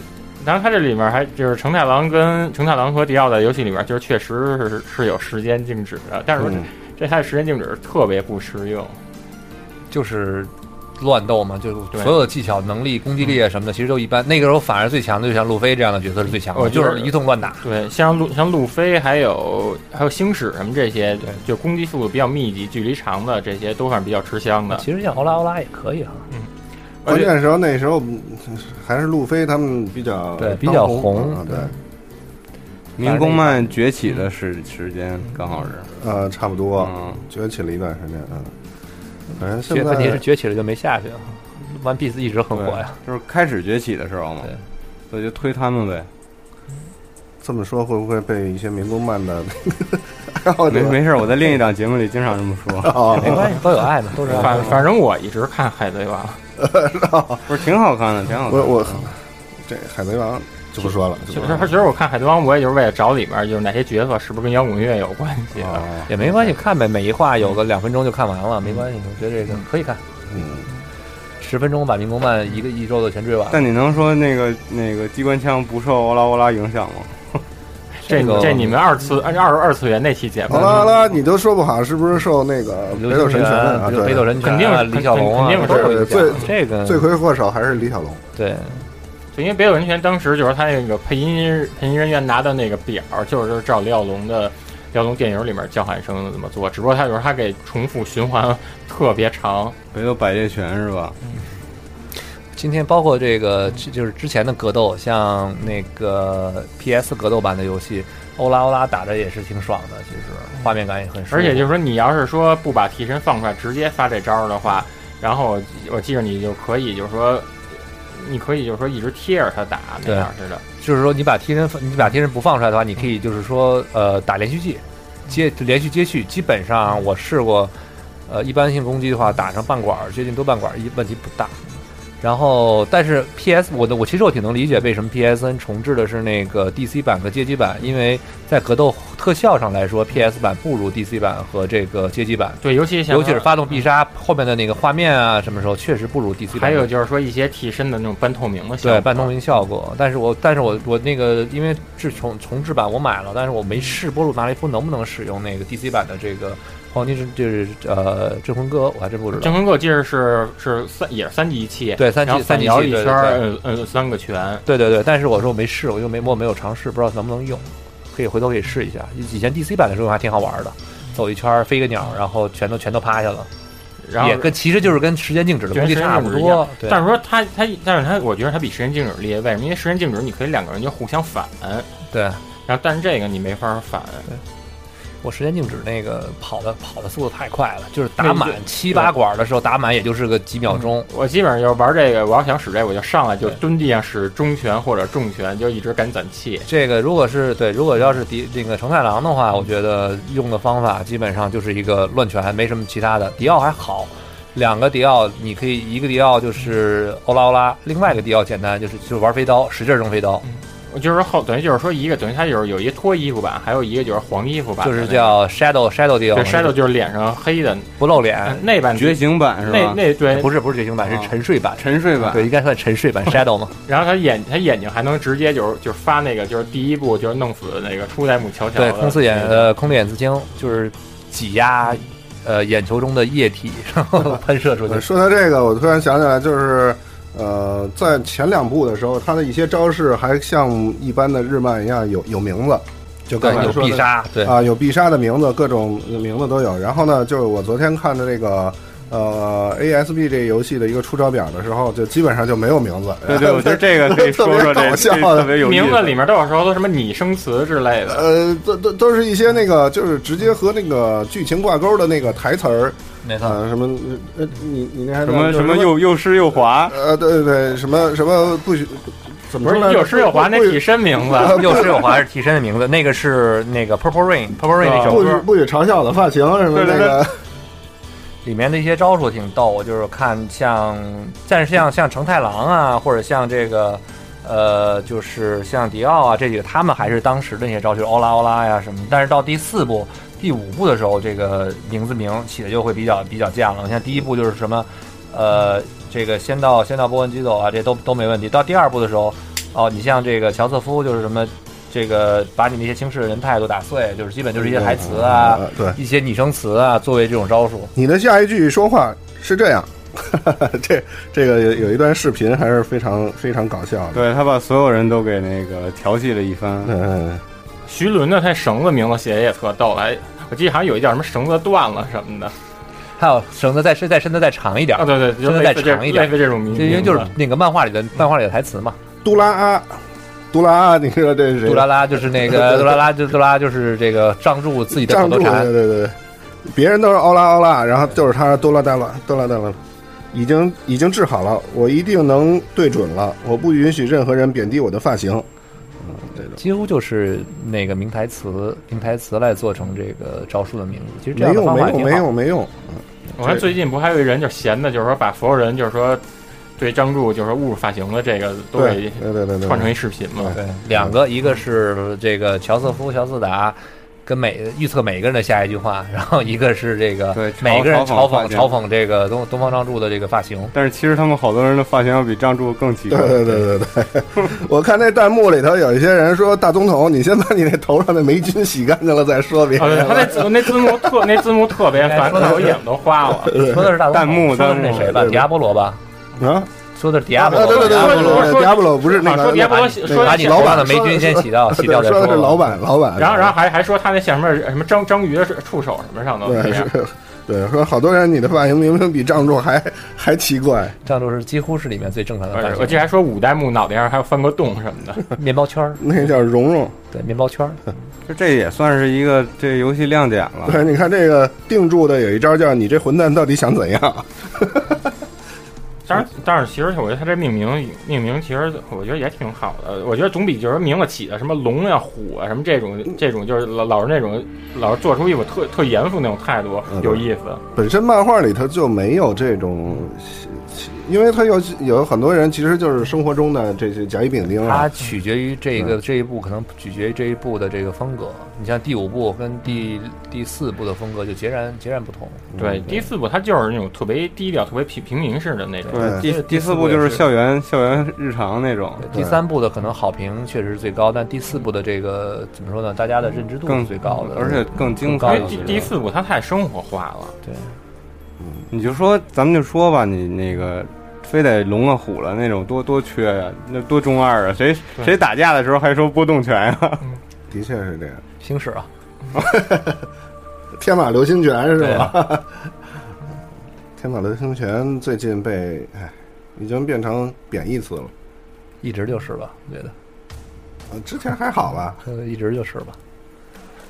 然后他这里面还就是承太郎跟承太郎和迪奥在游戏里面就是确实是是有时间静止的，但是说这、
嗯
这他的时间静止特别不实用，
就是乱斗嘛，就
对
所有的技巧、能力、攻击力啊什么的，其实都一般。那个时候反而最强的，就像路飞这样的角色是最强的，
我觉
哦就
得
是一通乱打。
对，像路像路飞还有还有星矢什么这些，就攻击速度比较密集、距离长的这些都算是比较吃香的，
其实像欧拉欧拉也可以哈，啊
而
关
哎
且
键时候那时候嗯还是路飞他们比较
对比较
当
红
啊对，
民工漫崛起的时时间刚好是，
呃，差不多
嗯，
崛起了一段时间，嗯，反正
崛
现
问题是
在
崛起了就没下去啊。One Piece 一直很火呀，
就是开始崛起的时候嘛
对，
所以就推他们呗。
这么说会不会被一些民工漫的 (laughs) 爱好者
没没事儿，我在另一档节目里经常这么
(laughs)
说，
啊
没关系，都有爱嘛，都是爱
反。反正我一直看《海贼王》，
不是挺好看的，挺好看
我
的。
我这海贼王就不说了，就
就
不
是
说
其
了
实我看《海贼王》，我也就是为了找里面就是哪些角色是不是跟摇滚乐有关系的。
啊，
也没关系，看呗，每一话有个两分钟就看完了，没关系，我觉得这个可以看，
嗯，
十分钟把《民工漫》一个一周的全追完了。
但你能说那个那个机关枪不受欧拉欧拉影响吗？
这
这个
这你们二次二二二次元那期节目
好，了好了，你都说不好是不是受那个北
流
斗神
星
拳啊？
拳、北斗
对，
神拳啊，
肯定是
李小龙啊，
肯定是
都有影响
对
这个
罪魁祸首还是李小龙，
对，
就因为北斗神拳当时就是他那个配音配音人员拿的那个表，就是照廖龙的廖龙电影里面叫喊声怎么做，只不过他就是他给重复循环 (laughs) 特别长。
北斗百猎拳是吧？
今天包括这个之就是之前的格斗，像那个 PS 格斗版的游戏，欧拉欧拉打着也是挺爽的，其实画面感也很舒服。
而且就是说，你要是说不把替身放出来，直接发这招儿的话，然后我我记着你就可以就是说，你可以就是说一直贴着他打那样似的。
就是说你把贴身你把贴身不放出来的话，你可以就是说呃打连续技，接连续接续，基本上我试过，呃一般性攻击的话打上半管儿接近多半管儿一问题不大。然后，但是 PS 我的我其实我挺能理解为什么 PSN 重置的是那个 DC 版和街机版，因为在格斗特效上来说，PS 版不如 DC 版和这个街机版，
对，尤其像
尤其是发动必杀后面的那个画面啊，什么时候确实不如 DC 版。
还有就是说一些替身的那种半透明的效果，
对半透明效果。但是我但是我我那个因为是重重置版我买了，但是我没试波鲁马里夫能不能使用那个 DC 版的这个黄金是就是呃镇魂歌，我还真不知
郑
道。
坤我记着是是三也是三级器，
对三
然
级
后
三
反
级
摇
器
一
对
圈
对
儿，
对
呃呃，三个拳。
对对对，但是我说我没试，我又没我没有尝试，不知道能不能用，可以回头可以试一下。以前 DC 版的时候还挺好玩的，走一圈儿飞个鸟，然后全都全都趴下了，
然后
也跟其实就是跟时间静止的
对
东西
时间
差不
静止一样
多。对
但是说他他，但是他，我觉得他比时间静止厉害。为什么？因为时间静止你可以两个人就互相反，
对。
然后但是这个你没法反。
我时间静止那个跑的跑的速度太快了，就是
那
打
就
满七八管的时候，打满也就是个几秒钟。
我基本上就是玩这个，我要想使这个，我就上来就蹲地上使中拳或者重拳，就一直赶攒气。
这个如果是对，如果要是迪那个成太郎的话，我觉得用的方法基本上就是一个乱拳，没什么其他的。迪奥还好，两个迪奥，你可以一个迪奥就是欧拉欧拉，另外一个迪奥简单就是就是玩飞刀，使劲扔飞刀，
我就是后等于就是说一个等于它就是有一脱衣服版，还有一个就是黄衣服版
就
的那个，
是叫哎 shadow shadow 迪奥
对 shadow 就是脸上黑的
不露
呃
脸，
那版
觉醒版是
那
吧？
那对，
不是不是觉醒版，
哦
是沉睡版，
沉睡版
对，应该算沉
(laughs)
睡版 shadow 嘛。
然后他眼他眼睛还能直接就是就是发那个就是第一部就是弄死的那个初代母乔乔
对，
的
空刺眼
那个
呃空裂眼自清就是挤压呃眼球中的液体，然后喷射出
呃
去。
说到这个，我突然想起来，就是呃，在前两部的时候，它的一些招式还像一般的日漫一样有有名字，就刚
对，
才
有
说
必
的
杀，对，
啊，有必杀的名字，各种名字都有。然后呢，就是我昨天看的这个呃 ASB 这游戏的一个出招表的时候，就基本上就没有名字。
对对，我觉得这个可以
(laughs)
说说
特别
这
搞笑
这特
呃
别有意思
名字里面都有时候都什么拟声词之类的，
呃，都都都是一些那个，就是直接和那个剧情挂钩的那个台词儿
没错。
啊，什么呃，你你那还
什么
就是
什么又又湿又滑，
呃，对对对，什么什么不许怎么
不是
说呢？
又湿又滑那
不
替身名字，
又湿又滑是替身的名字，那个是那个 Purple Rain，Purple Rain 那首
不许
歌
不许嘲笑我的发型什么那个，
里面的一些招数挺逗，就是看像，但是像像成太郎啊，或者像这个，呃，就是像迪奥啊这几个，他们还是当时的那些招，就是欧拉欧拉呀什么。但是到第四部、第五部的时候，这个名字名起的就会比较比较犟了。像第一部就是什么，呃，这个先到先到波纹机走啊，这都都没问题。到第二部的时候，哦，你像这个乔瑟夫就是什么，这个把你那些轻视的人态度打碎，就是基本就是一些台词 (laughs) 啊。
呃对，
一些拟声词啊，作为这种招数，
你的下一句说话是这样， (laughs) 这这个有有一段视频还是非常非常搞笑的。
对他把所有人都给那个调戏了一番。
嗯，
徐伦的他绳子名字写的也特逗，哎，我记得好像有一叫什么绳子断了什么的，
还有绳子再伸再伸的再长一点
啊，
儿，
对对，就
说得
类似
再
这
长一点
类似这种名，
就因为就是
名字
那个漫画里的漫画里的台词嘛。
杜拉阿，杜拉阿，你说这是谁？
杜拉拉就是那个杜拉拉就杜拉拉就是这个仗住自己的口
站
头
住！
禅
对，对对，别人都是欧拉欧拉，然后就是他多拉大拉多拉大拉，已经已经治好了，我一定能对准了，我不允许任何人贬低我的发型。嗯，这种
几乎就是那个名台词名台词来做成这个招数的名字。其实
没
这样的
用
方
没
法也
用
挺
没
好。
用没用，
我看最近不还有一人就闲的，就是说把所有人就是说对张柱就是说侮辱发型的这个都
对
给
对对对对，
串成一视频嘛，
对，两个，一个是这个乔瑟夫、乔斯达。跟每预测每个人的下一句话，然后一个是这个
对嘲
每个人
嘲
嘲
讽
讽
发型
嘲讽这个东东方张柱的这个发型，
但是其实他们好多人的发型要比张柱更奇怪
对。对对对对，我看那弹幕里头有一些人说：“大总统，你先把你那头上的霉菌洗干净了再
(laughs)
说别
啊，对，
人。
他那字那字幕特那字幕特 (laughs) 别烦，看我眼都花了。
说的是大
弹幕
说的是
弹
那
幕
谁吧，
对
迪亚波罗吧，”
啊，
说的是迪
啊
亚波
对
罗
对
吧，
对
啊
对对
说
对，迪亚布 (laughs) 罗不是那
啊说
个
迪亚波罗
那个
说
把
的
你
是
头
老板
上的霉菌先洗掉，
(laughs)
洗掉
对
再
说的是老
吧。
板老板，
然后，然后还还说他那像什么什么章章鱼的触手什么上头，
(laughs) 对
那样
是，对说好多人你的发型明明比张柱还还奇怪，
藏柱是几乎是里面最正常的
而
发
且呃我记
型，
得还说五代目脑袋上还有翻个洞什么的，
面包圈儿，
那个叫蓉蓉。
对，面包圈儿，
嗯
就这也算是一个这游戏亮点了。
对，你看这个定住的有一招叫“你这混蛋到底想怎样
当然， (laughs) 但是其实我觉得他这命名命名其实我觉得也挺好的，我觉得总比就是名字起的什么龙呀、虎啊什么这种这种就是老老是那种老是做出一股特特严肃那种态度
嗯
有意思。”。
本身漫画里头就没有这种，因为他有有很多人其实就是生活中的这些甲乙丙丁啊
它，取决于这
嗯
个这一部，可能取决于这一部的这个风格。你像第五部跟第第四部的风格就截然截然不同。
对，第四部它就是那种特别低调、特别平平民式的那种。
对，第
对
第四部就是校园校园日常那种，
对第三部的可能好评确实是最高，但第四部的这个怎么说呢？大家的认知度
更
是最高的，
而且更精
因
彩哎
为
更高。
第第四部它太生活化了，
对
你就说，咱们就说吧，你那个非得龙啊虎了那种，多多缺呀、那多中二啊！谁
对
谁打架的时候还说波动拳 (laughs) 啊？
的确是这样。
行驶啊，
天马流星拳是
对
吧？
啊，
(laughs) 天马流星拳最近被哎，已经变成贬义词了。
一直就是吧，我觉得
呃之前还好吧？
呃一直就是吧。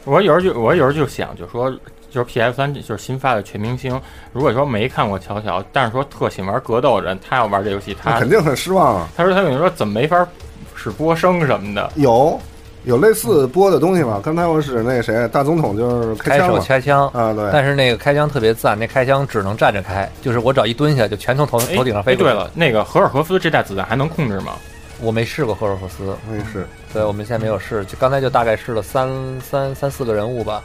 我有时候就我有时候就想，就说就是 PS 三就是新发的全明星，如果说没看过乔乔，但是说特喜欢玩格斗的人，他要玩这游戏，
那
他
肯定很失望啊。
他说他有人说怎么没法使波声什么的，
有有类似播的东西吗？刚才我使那谁大总统就是开
开
枪
手
嘛，
开枪。
啊对，
但是那个开枪特别赞，那开枪只能站着开，就是我只要一蹲下，就全从头
哎
头顶上
哎
飞过
对
来。
了，那个荷尔荷夫这代子弹还能控制吗？
我没试过赫尔霍斯，
我也是，
对我们现在没有试，就刚才就大概试了三三三四个人物吧，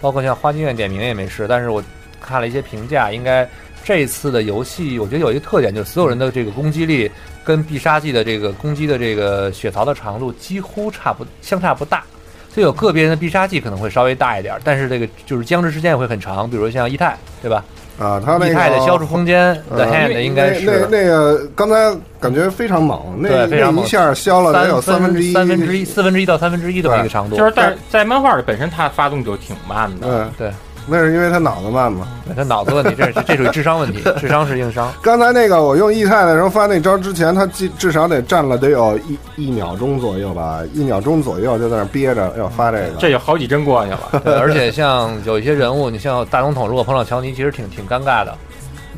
包括像花京院点名也没试，但是我看了一些评价，应该这次的游戏我觉得有一个特点，就是所有人的这个攻击力跟必杀技的这个攻击的这个血槽的长度几乎差不相差不大。就有个别人的必杀技可能会稍微大一点，但是这个就是僵持时间也会很长，比如像一泰，对吧？
啊，他那
一
个
泰的消除空间的
呃
hand 应该
那
是
那那个刚才感觉非常猛，那
对非常
那
猛
一下消了得有
三
分之一，
三分之一、四分之一到三分之一的一个长度，
就是但是在漫画里本身它发动就挺慢的，
嗯，
对，
那是因为他脑子慢嘛。
(laughs) 他脑子问题，这是这属于智商问题，智商是硬伤。
刚才那个我用异态的时候发那招之前，他至至少得站了得有一一秒钟左右吧，一秒钟左右就在那儿憋着要发这个，
这有好几帧过去了。 (laughs)
对而且像有一些人物，你像大总统，如果碰到乔尼，其实挺挺尴尬的。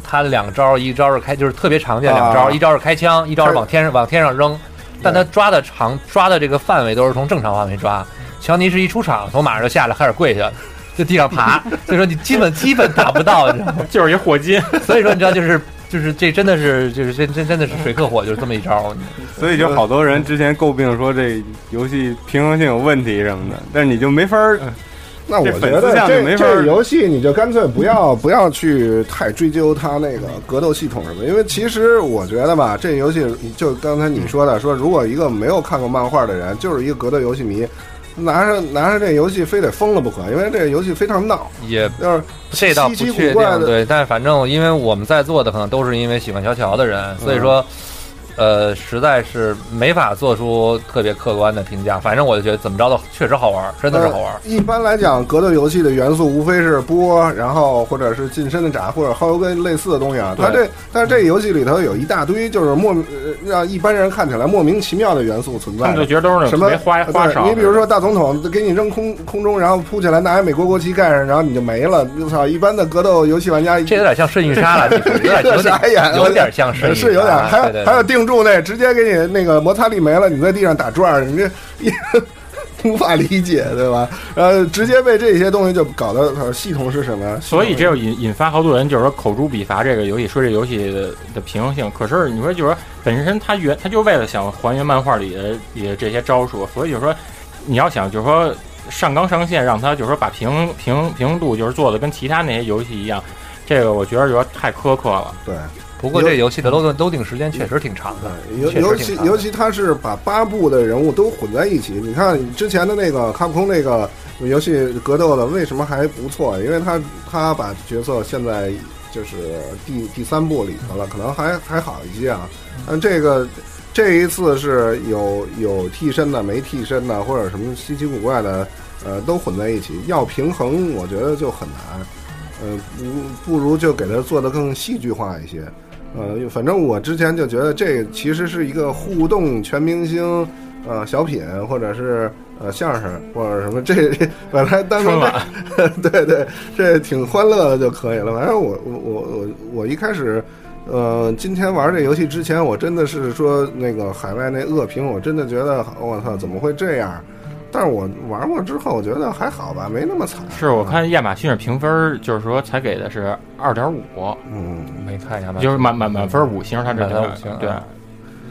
他的两招，一招是开，就是特别常见
啊
两招，一招是开枪，一招是往天上往天上扔，但他抓的长抓的这个范围都是从正常范围抓。乔尼是一出场，从马上就下来，开始跪下。就地上爬，所以说你基本基本打不到，你知道吗？
就是一火金，
所以说你知道就是就是这真的是就是这真真的是水克火，就是这么一招。
所以就好多人之前诟病说这游戏平衡性有问题什么的，但是你就没法儿
那我
这
觉
粉丝
得
向就
这
没法儿
这游戏你就干脆不要不要去太追究它那个格斗系统什么，因为其实我觉得吧，这游戏就刚才你说的，说如果一个没有看过漫画的人，就是一个格斗游戏迷，拿着拿着这游戏非得疯了不可，因为这个游戏非常闹，
也
就是
这倒不
稀奇
确
古怪
定，
的。
对，但是反正因为我们在座的可能都是因为喜欢乔乔的人，
嗯
所以说，呃，实在是没法做出特别客观的评价。反正我就觉得怎么着都确实好玩儿，真的是好玩儿。
呃一般来讲，格斗游戏的元素无非是波，然后或者是近身的斩，或者耗油跟类似的东西啊。它
对
这但是这游戏里头有一大堆就是莫名呃让一般人看起来莫名其妙的元素存
他
在
们
着
就。觉得都是那
什么
种
呃
没花花
对
哨。
你比如说大总统给你扔空空中，然后扑起来拿一美国国旗盖上，然后你就没了。我操！一般的格斗游戏玩家
这有点像瞬遇杀了，
(laughs)
其实有点有
傻眼
点有点像瞬
是
遇
是有点，
杀
还有
啊对对
还有
对
定住那直接给你那个摩擦力没了，你在地上打转儿，你这一 (laughs) 无法理解，对吧？呃，直接被这些东西就搞得呃系统是什么呀？
所以
系
这就引引发好多人就是说口诛笔伐这个游戏，说这游戏的的平衡性。可是你说就是说本身它原它就为了想还原漫画里的里的这些招数，所以就是说你要想就是说上纲上线，让它就是说把平衡平衡平衡度就是做的跟其他那些游戏一样，这个我觉得有点太苛刻了。
统对。
不过这游戏的 loading loading 时间确实挺长的，
哎尤
确实
尤
挺
其
长的
尤其他是把八部的人物都混在一起。你看之前的那个卡普空那个游戏格斗的为什么还不错？啊因为他他把角色现在就是第第三部里头了，可能还还好一些啊。但这个这一次是有有替身的、没替身的，或者什么稀奇古怪的，呃，都混在一起，要平衡我觉得就很难。呃，不不如就给它做得更戏剧化一些。呃，反正我之前就觉得这其实是一个互动全明星，呃，小品或者是呃相声或者什么，这这把它当成这 (laughs) 对对，这挺欢乐的就可以了。反正我我我我我一开始，呃，今天玩这游戏之前，我真的是说那个海外那恶评，我真的觉得我操怎么会这样？但是我玩过之后，我觉得还好吧，没那么惨。
是我看亚马逊是评分，就是说才给的是二点五，
嗯，
没看一下吗？
就是满满满分五星，它这
满分五星
对
啊，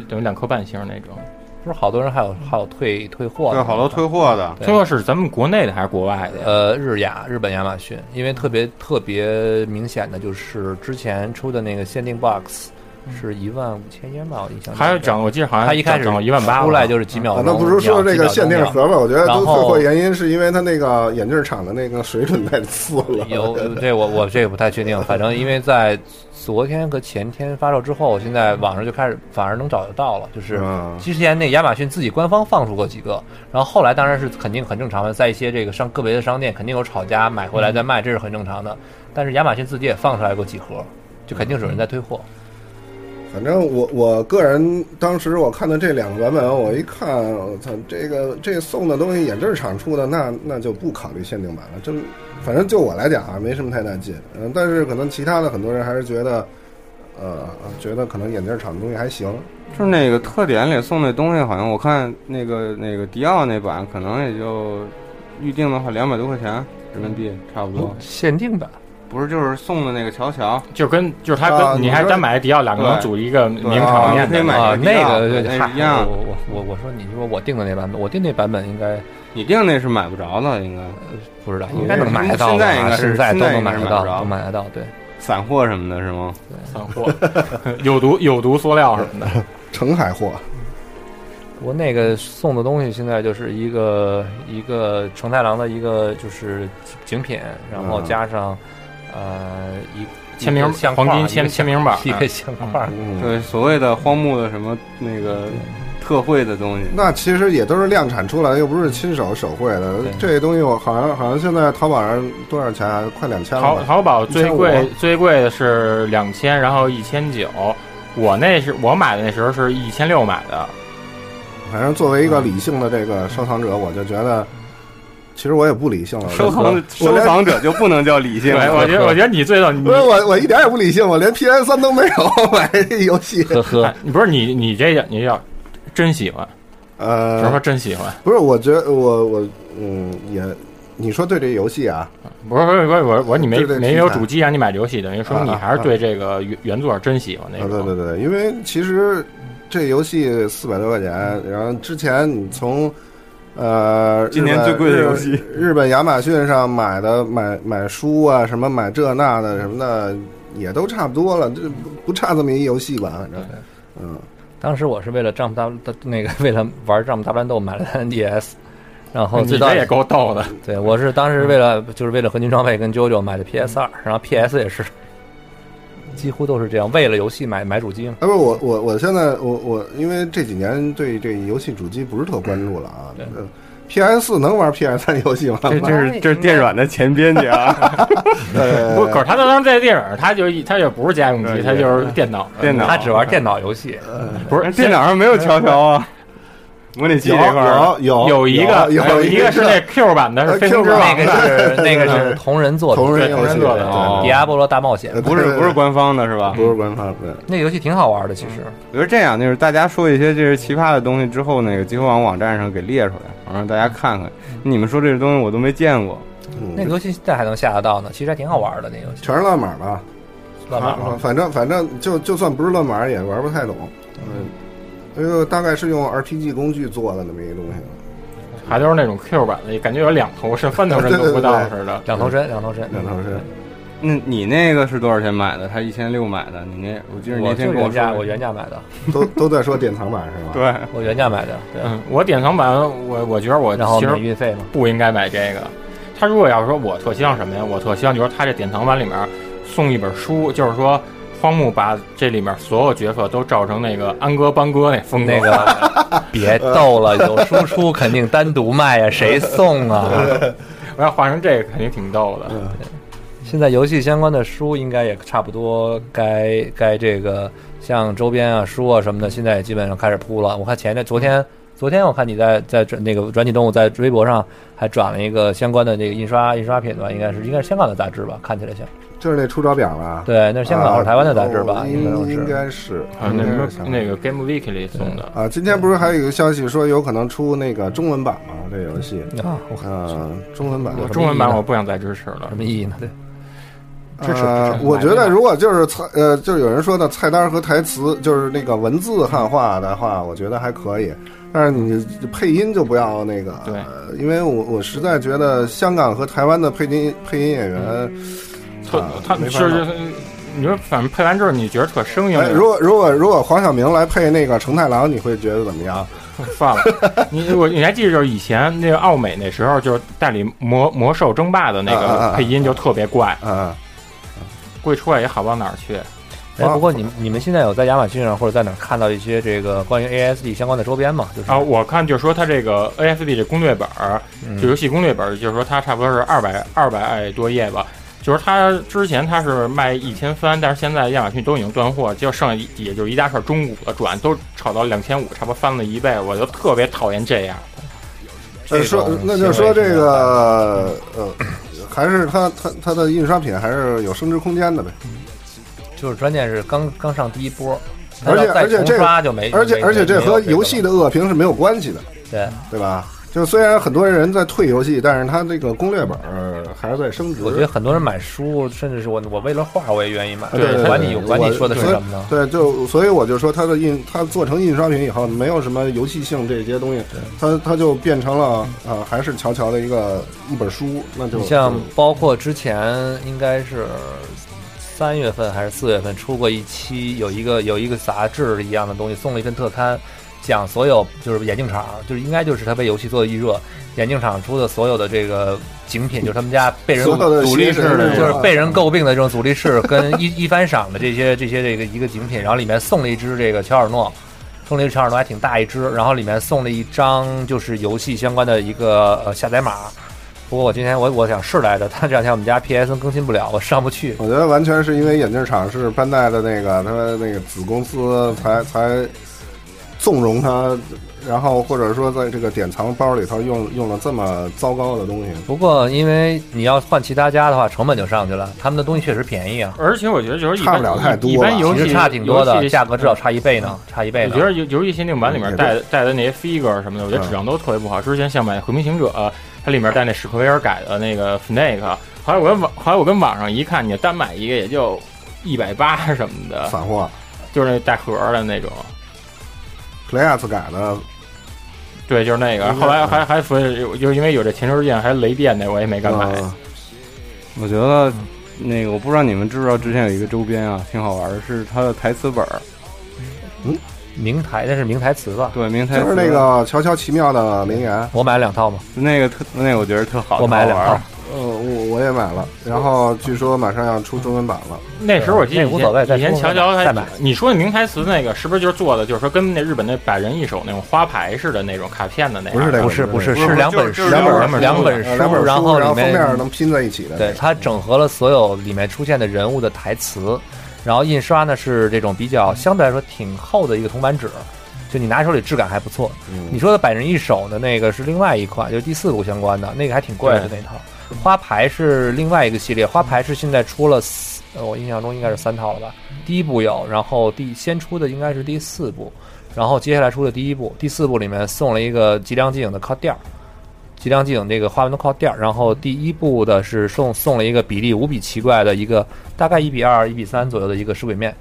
等于两颗半星那种。
不是好多人还有还有退退货的，
对好多退货的，
对
最后是咱们国内的还是国外的呀？
呃，日亚日本亚马逊，因为特别
嗯
特别明显的就是之前出的那个限定 box 是一万五千烟吧，我印象
嗯还有
涨，
涨，我记得好像
它一开始
涨到一万八，嗯
出来就是几秒
啊那
钟，，
不是说这个限定盒吧？我觉得
然
都
后
退货原因是因为它那个眼镜厂的那个水准太次了。
有这我我这个不太确定，反正因为在昨天和前天发售之后，现在网上就开始反而能找得到了，就是
嗯
之前那亚马逊自己官方放出过几个，然后后来当然是肯定很正常的，在一些这个商个别的商店肯定有炒家买回来
嗯
再卖，这是很正常的，但是亚马逊自己也放出来过几盒，就肯定是有人在退货。
反正我我个人当时我看到这两个版本，我一看，我操，这个这送的东西眼镜厂出的，那那就不考虑限定版了。真，反正就我来讲啊，没什么太大劲。嗯，但是可能其他的很多人还是觉得，呃，觉得可能眼镜厂的东西还行，
就是那个特点里送那东西，好像我看那个那个迪奥那版，可能也就预定的话两百多块钱人民币，差不多。
限定版，
不是，就是送的那个乔乔，
就跟就是他
啊
跟你还
你说
单买迪奥两个能组一个名场
啊
面
可以
的，
买
啊，
一个
那个
迪奥
嗨
哎那一样
我我我我说你说我定的那版本，我定那版本应该
你定那是买不着的，应该
不知道，应该能买得
嗯
到吧，
现在应该是
现在都能
现在
买
应该是买
得
不
到，
着
能买得到，对。
散货什么的，是吗？
散货，有毒有毒塑料什么的，
澄海货，
不过那个送的东西现在就是一个一个承太郎的一个就是精品，然后
嗯
加上、呃一
签名
一个相
黄
框
金签签名版
(laughs)
(laughs)
一个
嗯
相框，
嗯，
对，所谓的荒木的什么那个特惠的东西，
那其实也都是量产出来的，又不是亲手手绘的
对。
这东西我好像好像现在淘宝上多少钱啊？快两千了
淘
吧。
淘宝最贵
1500
最贵的是两千，然后一千九。我那是我买的那时候是一千六买的，
反正作为一个理性的这个收藏者，我就觉得，其实我也不理性了。
收
我
藏
我
收藏者就不能叫理性
对，
(laughs)
了。
我觉得我觉得你最逗，你
不是我，我一点也不理性，我连 PS 三都没有 (laughs) 买这游戏。
呵呵，
哎你不是你你这叫你叫真喜欢，什么
呃
说，真喜欢？
不是，我觉得我我嗯也，你说对这游戏啊，
不是不是不是我我你没
对对
没
题
有
材
主机让你买这游戏，等于说
啊
你
啊
还是
啊
对这个原原作真喜欢那
啊，对
种。
对对，因为其实这游戏四百多块钱，然后之前你从呃
今年
日本
最贵的游戏
日日本亚马逊上买的买买书啊，什么买这那的什么的，也都差不多了，这不不差这么一游戏吧，反正嗯，
当时我是为了丈姆大的那个 (laughs) 为了玩丈姆大乱斗买了 NDS，然后
哦你
最大
这也够逗的，
对我是当时为了就是为了合金装备跟 JoJo 买的 PS 二，然后 PS 也是几乎都是这样，为了游戏买买主机嘛。
啊，不是我我我现在我我因为这几年对这游戏主机不是特关注了
嗯
啊。
对
PS 四能玩 PS 三游戏吗？
这这
(laughs)
是这是电软的前编辑 (laughs) 啊，
呃
不，可是他当时在电影，他就一他就不是家用机，
对
他就是电脑。
电脑
他只玩电脑游
(laughs)
戏，
不是
电脑上没有乔乔啊，模拟器这块儿
有有
有一个
哦有
有
一
一个是那 Q 版的，是
呃
飞行
Q
之
版
王
那个是那个是同人作品，
同人
对
游
同人
戏
做的
对
哦
迪亚波罗大冒险
对，
不是不是官方的是吧？
不是官方的，
那个游戏挺好玩的，其实
我觉得这样，就是大家说一些这是奇葩的东西之后，那个集合网网站上给列出来，然后让大家看看。
嗯
你们说这东西我都没见过，
那个
嗯，
游戏现在还能下得到呢，其实还挺好玩的那个游戏。
全是乱码吧？
乱码
啊
吗？
反正反正就就算不是乱码也玩不太懂，嗯，因为大概是用 RPG 工具做的那么一个东西。
还都是那种 Q 版的，感觉有两头身、三头身都不到似的。
两头身，两头身，
两头身。
那你那个是多少钱买的？他一千六买的，你那我记得你
我
那
就
天跟
原
我
价，我
说，
原价买的，
都都在说典藏版是吧？
(laughs) 对，
我原价买的，对。
嗯，我典藏版，我我觉得我
然后
其
免
实
运费嘛，
不应该买这个。他如果要说我特希望什么呀？我特希望就是他这典藏版里面送一本书，就是说荒木把这里面所有角色都照成那个安哥班哥那风格。
那个别逗了，有输出肯定单独卖呀，谁送 (laughs) 啊？
(laughs) 我要画成这个肯定挺逗的。
现在游戏相关的书应该也差不多该该这个像周边啊、书啊什么的，现在也基本上开始铺了。我看前天、昨
嗯
天、昨天我看你在在转那个转起动物在微博上还转了一个相关的这个印刷印刷品吧，应该是应该是香港的杂志吧，看起来像。
就是那出招表吧？
对，那是香港还是台湾的杂志吧？
啊
应该
应
都
应
是。
该是
还啊有那什
应该嗯是
么
香港
那个 Game Weekly 送的，
啊，今天不是还有一个消息说有可能出那个中文版吗？这游戏
啊，我看
啊，中文版
嗯我中文版我不想再支持了
有什。么意义呢？对，
支持
呃
支持
我觉
买
得
吧
如果就是菜呃，就有人说的菜单和台词，就是那个文字汉化的话，我觉得还可以。但是你配音就不要那个，
对
呃因为我我实在觉得香港和台湾的配音配音演员，
嗯特
啊
他
没
就
法弄
是你说，反正配完之后你觉得特生硬
哎，，如果如果如果黄晓明来配那个承太郎，你会觉得怎么样？
算
(laughs)
了。你我你还记得就是以前那个奥美那时候就是代理魔魔兽争霸的那
啊啊啊
个
啊
配音就特别怪，
啊，
贵出来也好不到哪儿去。
哎，
啊
不过你们你们现在有在亚马逊上或者在哪儿看到一些这个关于 ASD 相关的周边吗？就是
啊，我看就说它这个 AFD 这攻略本儿，
嗯
就游戏攻略本儿，就是说它差不多是二百二百多页吧。就是它之前它是卖一千三，但是现在亚马逊都已经断货，就剩一也就一大串中古的转，都炒到两千五，差不多翻了一倍，我就特别讨厌这样。
呃，
这
说
种
那
行
就
为
说
是
这个呃，还是他他他的印刷品还是有升值空间的呗。
就是关键是刚刚上第一波，它
而且
要再
而且
重
这个
刷就没，
而且
哎没
而且这
没有
和
个
游戏的恶评是没有关系的，
对
对吧？就虽然很多人在退游戏，但是他这个攻略本儿还是在升值。
我觉得很多人买书，甚至是我我为了画我也愿意买，
对对
管
对
你
呃对
管
我
你说的是
所以
什么呢？
对，就所以我就说它的印，它做成印刷品以后，没有什么游戏性这些东西，它它就变成了啊，还是乔乔的一个一本书，那就
你像包括之前应该是三月份还是四月份出过一期，有一个有一个杂志一样的东西，送了一份特刊，讲所有就是眼镜厂，就是应该就是他为游戏做的预热，眼镜厂出的所有的这个景品，就是他们家被人
所有的
阻力
邪
式
神
的，
那嗯
就是
种
被人诟病的这种阻力式跟一一番赏的这些这些这个一个景品，然后里面送了一只这个乔尔诺。送了一只乔尔诺还挺大一只，然后里面送了一张就是游戏相关的一个呃下载码，不过我今天我我想试来着，但这两天我们家 PS 更新不了，我上不去。
我觉得完全是因为眼镜厂是班代的那个他那个子公司才才纵容他，然后或者说在这个典藏包里头用用了这么糟糕的东西。
不过因为你要换其他家的话，成本就上去了，他们的东西确实便宜啊，
而且我觉得就是一
差
般
不了太多吧
一般游
其
戏
实差挺多
游
的，
戏
价格至少差一倍呢，嗯差一倍
我
呢。
觉得游游戏限定版里面
嗯
带带的那些 figure 什么的，我觉得
嗯
质量都特别不好。之前像买《和平行者》呃它里面带那史克威尔改的那个 Snake，后来我跟网后来我跟网上一看，你单买一个也就一百八什么的，
散货，
就是那带盒儿的那种。
克雷亚斯改的，
对，就是那个。
嗯
后来还还说，就是因为有这前车剑还雷电那，我也没敢买。
嗯
呃
我觉得那个我不知道你们知不知道，之前有一个周边啊，挺好玩的，是它的台词本儿，
名台那是名台词吧？
对，名台词
就是那个乔乔奇妙的名言。
我买了两套嘛，
那个特那个我觉得特好，
我买
特
了啊
好玩
两
儿
套。，
呃，我我也买了，然后据说马上要出中文版了。
那时候我记得
那无所谓
以前以前
再说
乔乔
再
还
买
你说的名台词那个是不是就是做的，就是说跟那日本那百人一手那种花牌似的那种卡片的那样？
不是这个
不是不是
不是
是两本书，
是两本
两本
呃两本书，
然后里
封
面
面能拼在一起的。
对，它整合了所有里面出现的人物的台词，然后印刷呢是这种比较相对来说挺厚的一个铜板纸，就你拿手里质感还不错。你说的百人一手的那个是另外一款，就是第四部相关的那个还挺贵的那套。花牌是另外一个系列，花牌是现在出了四，呃我印象中应该是三套了吧？第一部有，然后第先出的应该是第四部，然后接下来出的第一部，第四部里面送了一个吉良静的靠垫儿。吉良静这个花纹的靠垫儿，然后第一部的是送送了一个比例无比奇怪的一个大概一比二、一比三左右的一个石鬼面，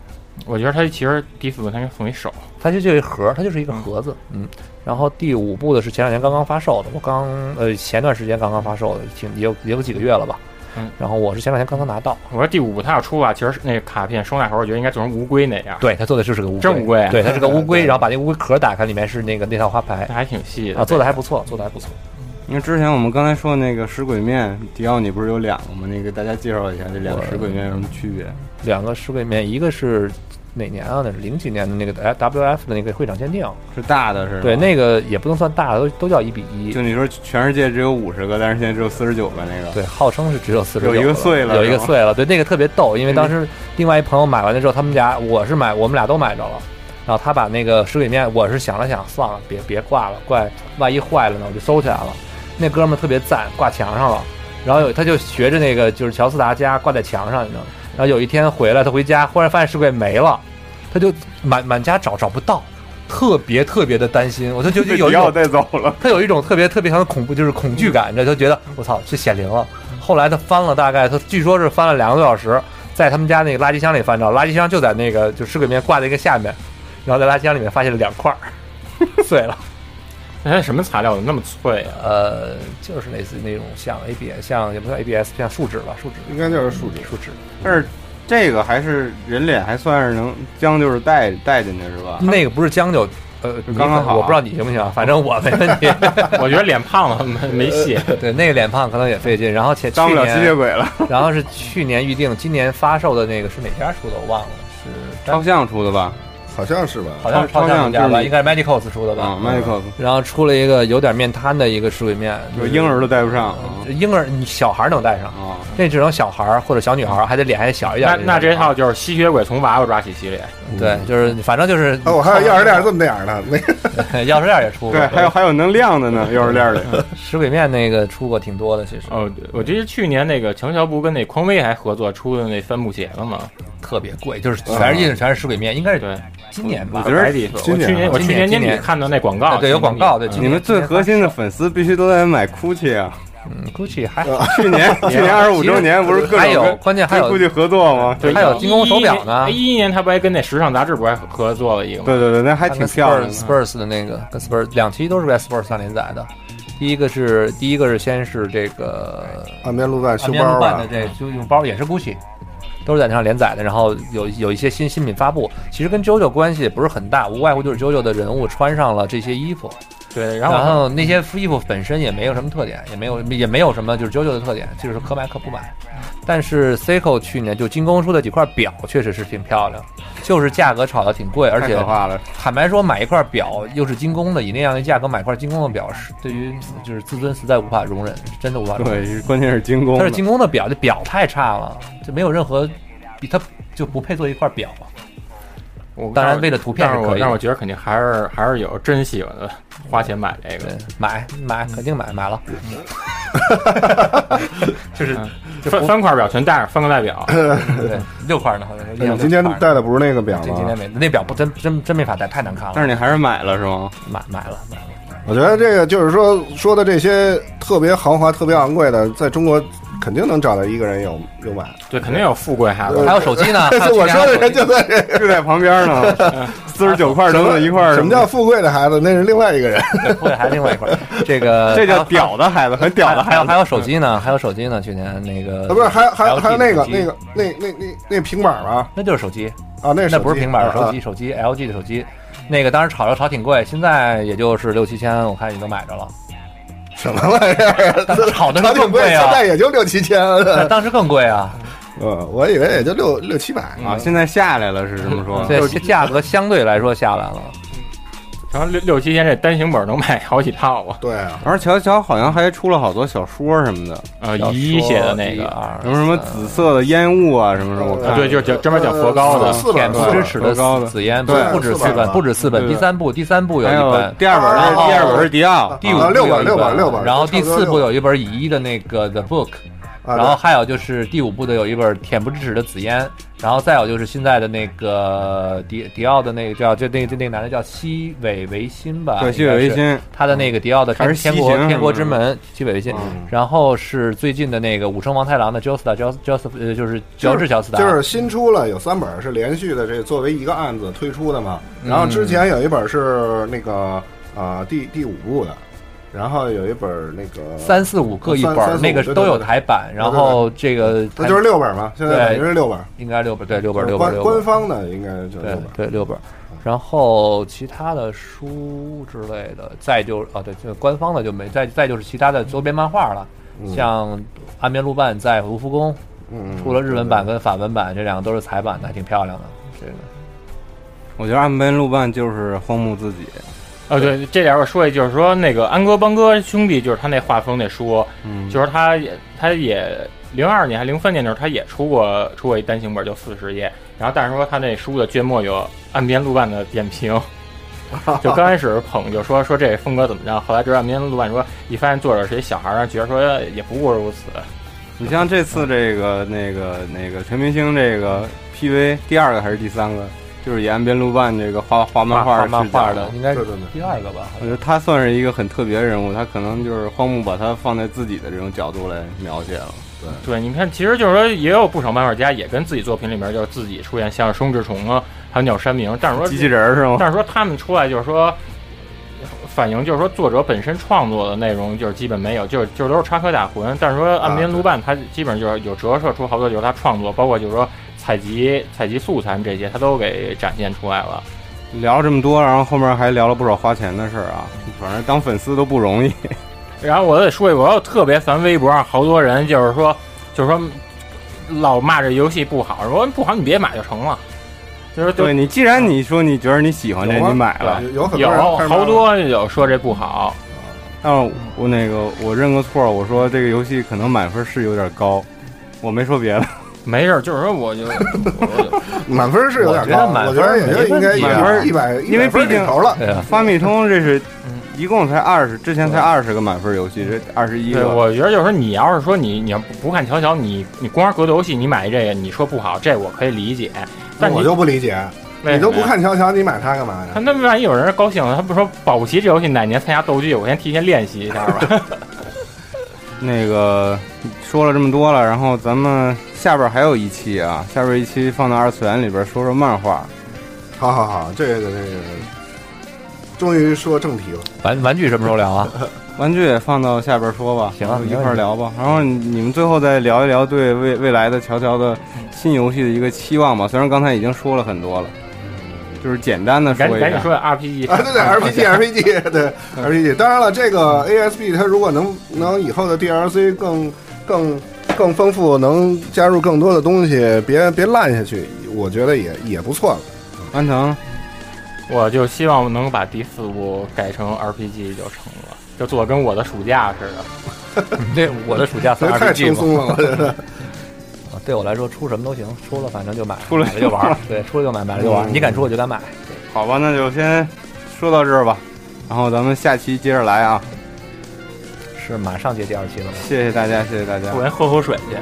我觉得他其实第四部他应该送一手，
它就就一盒，它就是一个盒子，嗯。然后第五部的是前两年刚刚发售的，我刚呃前段时间刚刚发售的，挺也有也有几个月了吧，
嗯。
然后我是前两天刚刚拿到，
我说第五部他要出啊，其实那个卡片收纳盒，我觉得应该做成乌龟那样，
对，它做的就是个乌龟，
真乌龟啊
对，它是个乌龟，然后把那乌龟壳打开，里面是那个那套花牌
那还挺细的
啊，做的还不错，做的还不错。
因为之前我们刚才说那个石鬼面，迪奥你不是有两个吗？那个大家介绍一下这两个石鬼面有什么区别？
两个石鬼面，一个是哪年啊？那是零几年的那个 WF 的那个会长限定，
是大的是吗？
对，那个也不能算大，都都叫一比一
就。你说全世界只有五十个，但是现在只有四十九个那个。
对，号称是只有四十
有一个碎了
有一个
是吗嗯
碎了。对，那个特别逗，因为当时另外一朋友买完了之后，他们家我是买，我们俩都买着了。然后他把那个石鬼面，我是想了想，算了，别别挂了，怪万一坏了呢，我就收起来了。那哥们儿特别赞，挂墙上了。然后有他就学着那个就是乔斯达家挂在墙上，你知道吗？然后有一天回来，他回家忽然发现石鬼没了，他就满满家找找不到，特别特别的担心。我就觉得有一
迪
种
奥带走了，
他有一种特别特别强的恐怖，就是恐惧感，你知道，就觉得我操，这显灵了。后来他翻了大概，他据说是翻了两个多小时，在他们家那个垃圾箱里翻着，垃圾箱就在那个就尸鬼面挂在一个下面，然后在垃圾箱里面发现了两块儿， (laughs) 碎了。
那它什么材料怎么那么脆啊？
呃，就是类似于那种像 ABS，像也不叫 ABS，像树脂吧，树脂
应该就是树脂。
树脂。
但是这个还是人脸还算是能将就是带带进去是吧？
那个不是将就，呃，
就刚刚好
你我不知道你行不行啊，反正我没问题。
(laughs)
我觉得脸胖了没没
(laughs)
戏，
对，那个脸胖可能也费劲，然后且
当不了
去
吸
年
血鬼了。
然后是去年预定，今年发售的那个是哪家出的？我忘了，是
超像出的吧？
好像是吧？
好像是
超
超
量
像家
就是
吧，
你
应该是 Magicos 出的吧
啊。，Michael
然后出了一个有点面瘫的一个水面，
就是婴儿都带不上
就是婴儿，你小孩能带上，
啊。
那只能小孩儿或者小女孩儿，还得脸还小一点
那
儿种。
那这套嗯就是吸血鬼从娃娃抓起系列，
对，就是反正就是
哦
啊，我还有钥
(laughs)
匙 (laughs) 链这么点儿呢，那个
钥匙链儿也出过，
对，还有还有能亮的呢，
(laughs)
钥匙链里。
石鬼面那个出过挺
哦
多的，其实
哦，我记得去年那个乔乔不跟那匡威还合作出的那三部鞋了吗？
特别贵，就是
嗯
全是印的全是食鬼面，应该是
对
今年吧
我？觉得我去
今年
年我去年
今
年
年
底看到那广告
嗯啊，，对，有广告，对，今
你
年
们最核心的粉丝必须都在买 GUCCI
(laughs)
啊！
嗯 GUCCI 还好，
去年
(laughs)
去年二十五周年不是各
还
种
有，
跟
关键还
跟
有
GUCCI 合作吗？
对，哎
还有精工手表呢
一一年他不还跟那时尚杂志不还合作了一个吗？
对对对，那还
他
挺
跟
漂亮
Spurs
的。
Spurs 的那个跟 Spurs 两期都是在 Spurs 上连载的。第一个是第一个是先是这个
岸边路伴
岸
修
边
包
路伴
吧
的，这就用包也是 GUCCI，都是在那上连载的。然后有有一些新新品发布，其实跟 JoJo 关系也不是很大，无外乎就是 JoJo 的人物穿上了这些衣服，
对，然
然
后
后那些衣服本身也没有什么特点，也没有也没有什么就是 JoJo 的特点，就是可买可不买。但是 Seiko 去年就精工出的几块表确实是挺漂亮，就是价格炒得挺贵，而
太
且
可怕了！
坦白说，买一块表又是精工的，以那样的价格买块精工的表，是对于就是自尊实在无法容忍，真的无法容忍。
对，关键是精工
它
的
是精工的表，这表太差了，就没有任何比它就不配做一块表。
我
当然为了图片
但
是
是
可
我
以
但是我觉得肯定还是还是有真喜欢的，花钱买这
对
个。，
买买肯定买买了，就是
翻翻块表全带上，翻个代表，
对六块呢，好像是
哎你今天
六块呢
戴的不是那个表
这今
吗
天？没那表不真真真没法戴，太难看了。
但是你还是买了是吗？
买买了买了，
我觉得这个就是说说的这些特别豪华、特别昂贵的，在中国肯定能找到一个人有有买。
对，肯定有富贵孩子
还。有手
(laughs)
机呢，啊还有
呃我说的人就
就
在这
(laughs) 就在旁边呢，四十九块整整一块儿
什么叫富贵的孩子？那是另外一个
(laughs)
人。
还另外一块儿， (laughs) 这个
这叫屌的孩子，很屌
还有
的
还
孩
有嗯
子。
还有手机呢，还有手机呢，去年那个
啊，不是，还有还有
LG
还有那个
手机
那个那那那那平板吧？
那就是手机，
啊，那是
那不是平板，
啊
是手机，手机 LG 的手机，那个当时炒着炒挺贵，现在也就是六七千，我看也都买着了，
啊什么玩意
(laughs)
儿？
当时炒的
它挺
更
贵，
贵
现
啊，
在也就六七千。
(laughs) 但当时更贵啊，
嗯，我以为也就六六七百
啊，现在下来了是这么
嗯
嗯
说？
对，价格相对来说下来了，
然后六六七千这单行本能买好几套啊，
对啊，
而乔乔好像还出了好多小说什么的，
呃，乙写的那
一
个，
二
什么什么紫色的烟雾啊，什么什么，我
啊
看
对，就是讲专门讲佛高的
呃，四
恬
本
不知耻
多高
的
的
紫烟，不
对
不止
四
四
本
本，
吧
不止四本，
对
第三部第三部有
还
一
有
本，
第二本
然
是
哦
后
第二本是迪奥，
第五
啊
部
六本
有一
六本六本
然后第
差不多
四
六
部
本
有一本乙一的那个 The Book，
啊
然后还有就是第五部的有一本《恬不知耻的紫烟》，然后再有就是现在的那个迪迪奥的那个叫就那那那个男的叫西尾维新吧，
对西尾维
应该是
新，
他的那个迪奥的
还
天
是
天
西
国
行
天国之门西尾维新，
嗯
然后是最近的那个武城王太郎的 j o s t a j o s j o s 呃就是乔治乔斯达，
就是新出了有三本是连续的，这作为一个案子推出的嘛。然后之前有一本是那个啊、呃第第五部的，然后有一本那个，
三四五各一
三
本
三
儿，
四
那
五
个
对
都
对
有
对
台版，然
对对
后这个
那
台
就是六本嘛，现在
对
等于是六本，
应该是六本，对六本六本
官
六本
官。方的应该就是
对
六本。
对，六本儿。然后其他的书之类的，再就啊，对，就官方的就没，再再就是其他的周边漫画了，像《安眠路伴》在卢浮宫
嗯，
出了日文版跟法文版，这两个都是彩版的，还挺漂亮的。这个
我觉得岸边路伴就是荒木自己，
哦，对，这点我说一句，就是说那个安哥邦哥兄弟，就是他那画风那书，
嗯，
就是他也他也零二年还零三年的时候，他也出过出过一单行本，就四十页。然后但是说他那书的卷末有岸边路伴的点评，就刚开始捧就说说这风格怎么着，后来知道岸边路伴说，一发现作者是一小孩儿，觉得说也不过如此。
你像这次这个那个那个全明星这个 PV 第二个还是第三个，就是以岸边路伴这个画画漫画
画漫
视角
画的，应该
对
是
对对
第二个吧？好
我
像
觉得他算是一个很特别的人物，他可能就是荒木把他放在自己的这种角度来描写了。
对，你看，其实就是说，也有不少漫画家也跟自己作品里面就是自己出现，像松治虫啊，还有鸟山明，但是说
机器人儿是吗？
但是说他们出来就是说，反映就是说作者本身创作的内容就是基本没有，就是就是都是插科打诨。但是说岸边露伴他基本就是有折射出好多就是他创作，包括就是说采集采集素材这些，他都给展现出来了。
聊了这么多，然后后面还聊了不少花钱的事儿啊。反正当粉丝都不容易，
然后我得说一个，我又特别烦微博上好多人就是说就是说老骂这游戏不好，说不好你别买就成了，就是就
对你，既然你说你觉得你喜欢这，
有吗
你买了，
有有
(laughs)
很
有
多人开始
好多有说这不好，
但是我那个我认个错，我说这个游戏可能满分是有点高，我没说别的，
没事儿，就是说
(laughs)
我就我就
满分是有点
我觉
高，
得满
我
分
觉得也就应该
没
一
问
百
题
一百，
因为毕竟
头了。
对啊，
发米通这是一共才二十，之前才二十个满分游戏，这二十一
对，
个，
我觉得就是说，你要是说你你要不看乔乔，你你光玩格斗游戏，你买这个，你说不好，这我可以理解。但
我
你
就不理解，
为
你
什
都
么
不
呀，
看乔乔，你买它干嘛呀？
看他们万一有人高兴了，他不说保不齐这游戏哪年参加斗剧，我先提前练习一下
(laughs)
吧。
那个说了这么多了，然后咱们下边还有一期啊，下边一期放到二次元里边说说漫画，
好好好，这个这个，终于说正题了。
玩玩具什么时
(laughs)
候聊啊？
玩具也放到下边说吧，
行啊
然后
没
一
问题
块儿聊吧。然后你们最后再聊一聊对未未来的乔乔的新游戏的一个期望吧。虽然刚才已经说了很多了，就是简单的说
赶紧
一
赶紧
下。
说 RPG，
啊，对对，RPG RPG (laughs) 对 RPG，当然了，这个 ASB 它如果能能以后的 DLC 更更更丰富，能加入更多的东西，别别烂下去，我觉得也也不错了。
安藤，
我就希望能把第四部改成 RPG 就成了，就做得跟我的暑假似的。
这我的暑假
所
算
以太
RPG
轻
吗？
松了，我觉得。
啊对我来说，出什么都行，出了反正就买，
出了
买了就玩儿，对，出了就买，买了就玩儿。
嗯
你敢出我就敢买。
好吧，那就先说到这儿吧。然后咱们下期接着来啊！
是马上接第二期了吗？
谢谢大家，谢谢大家。
我先喝口水去。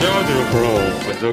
Jazz Pro 本着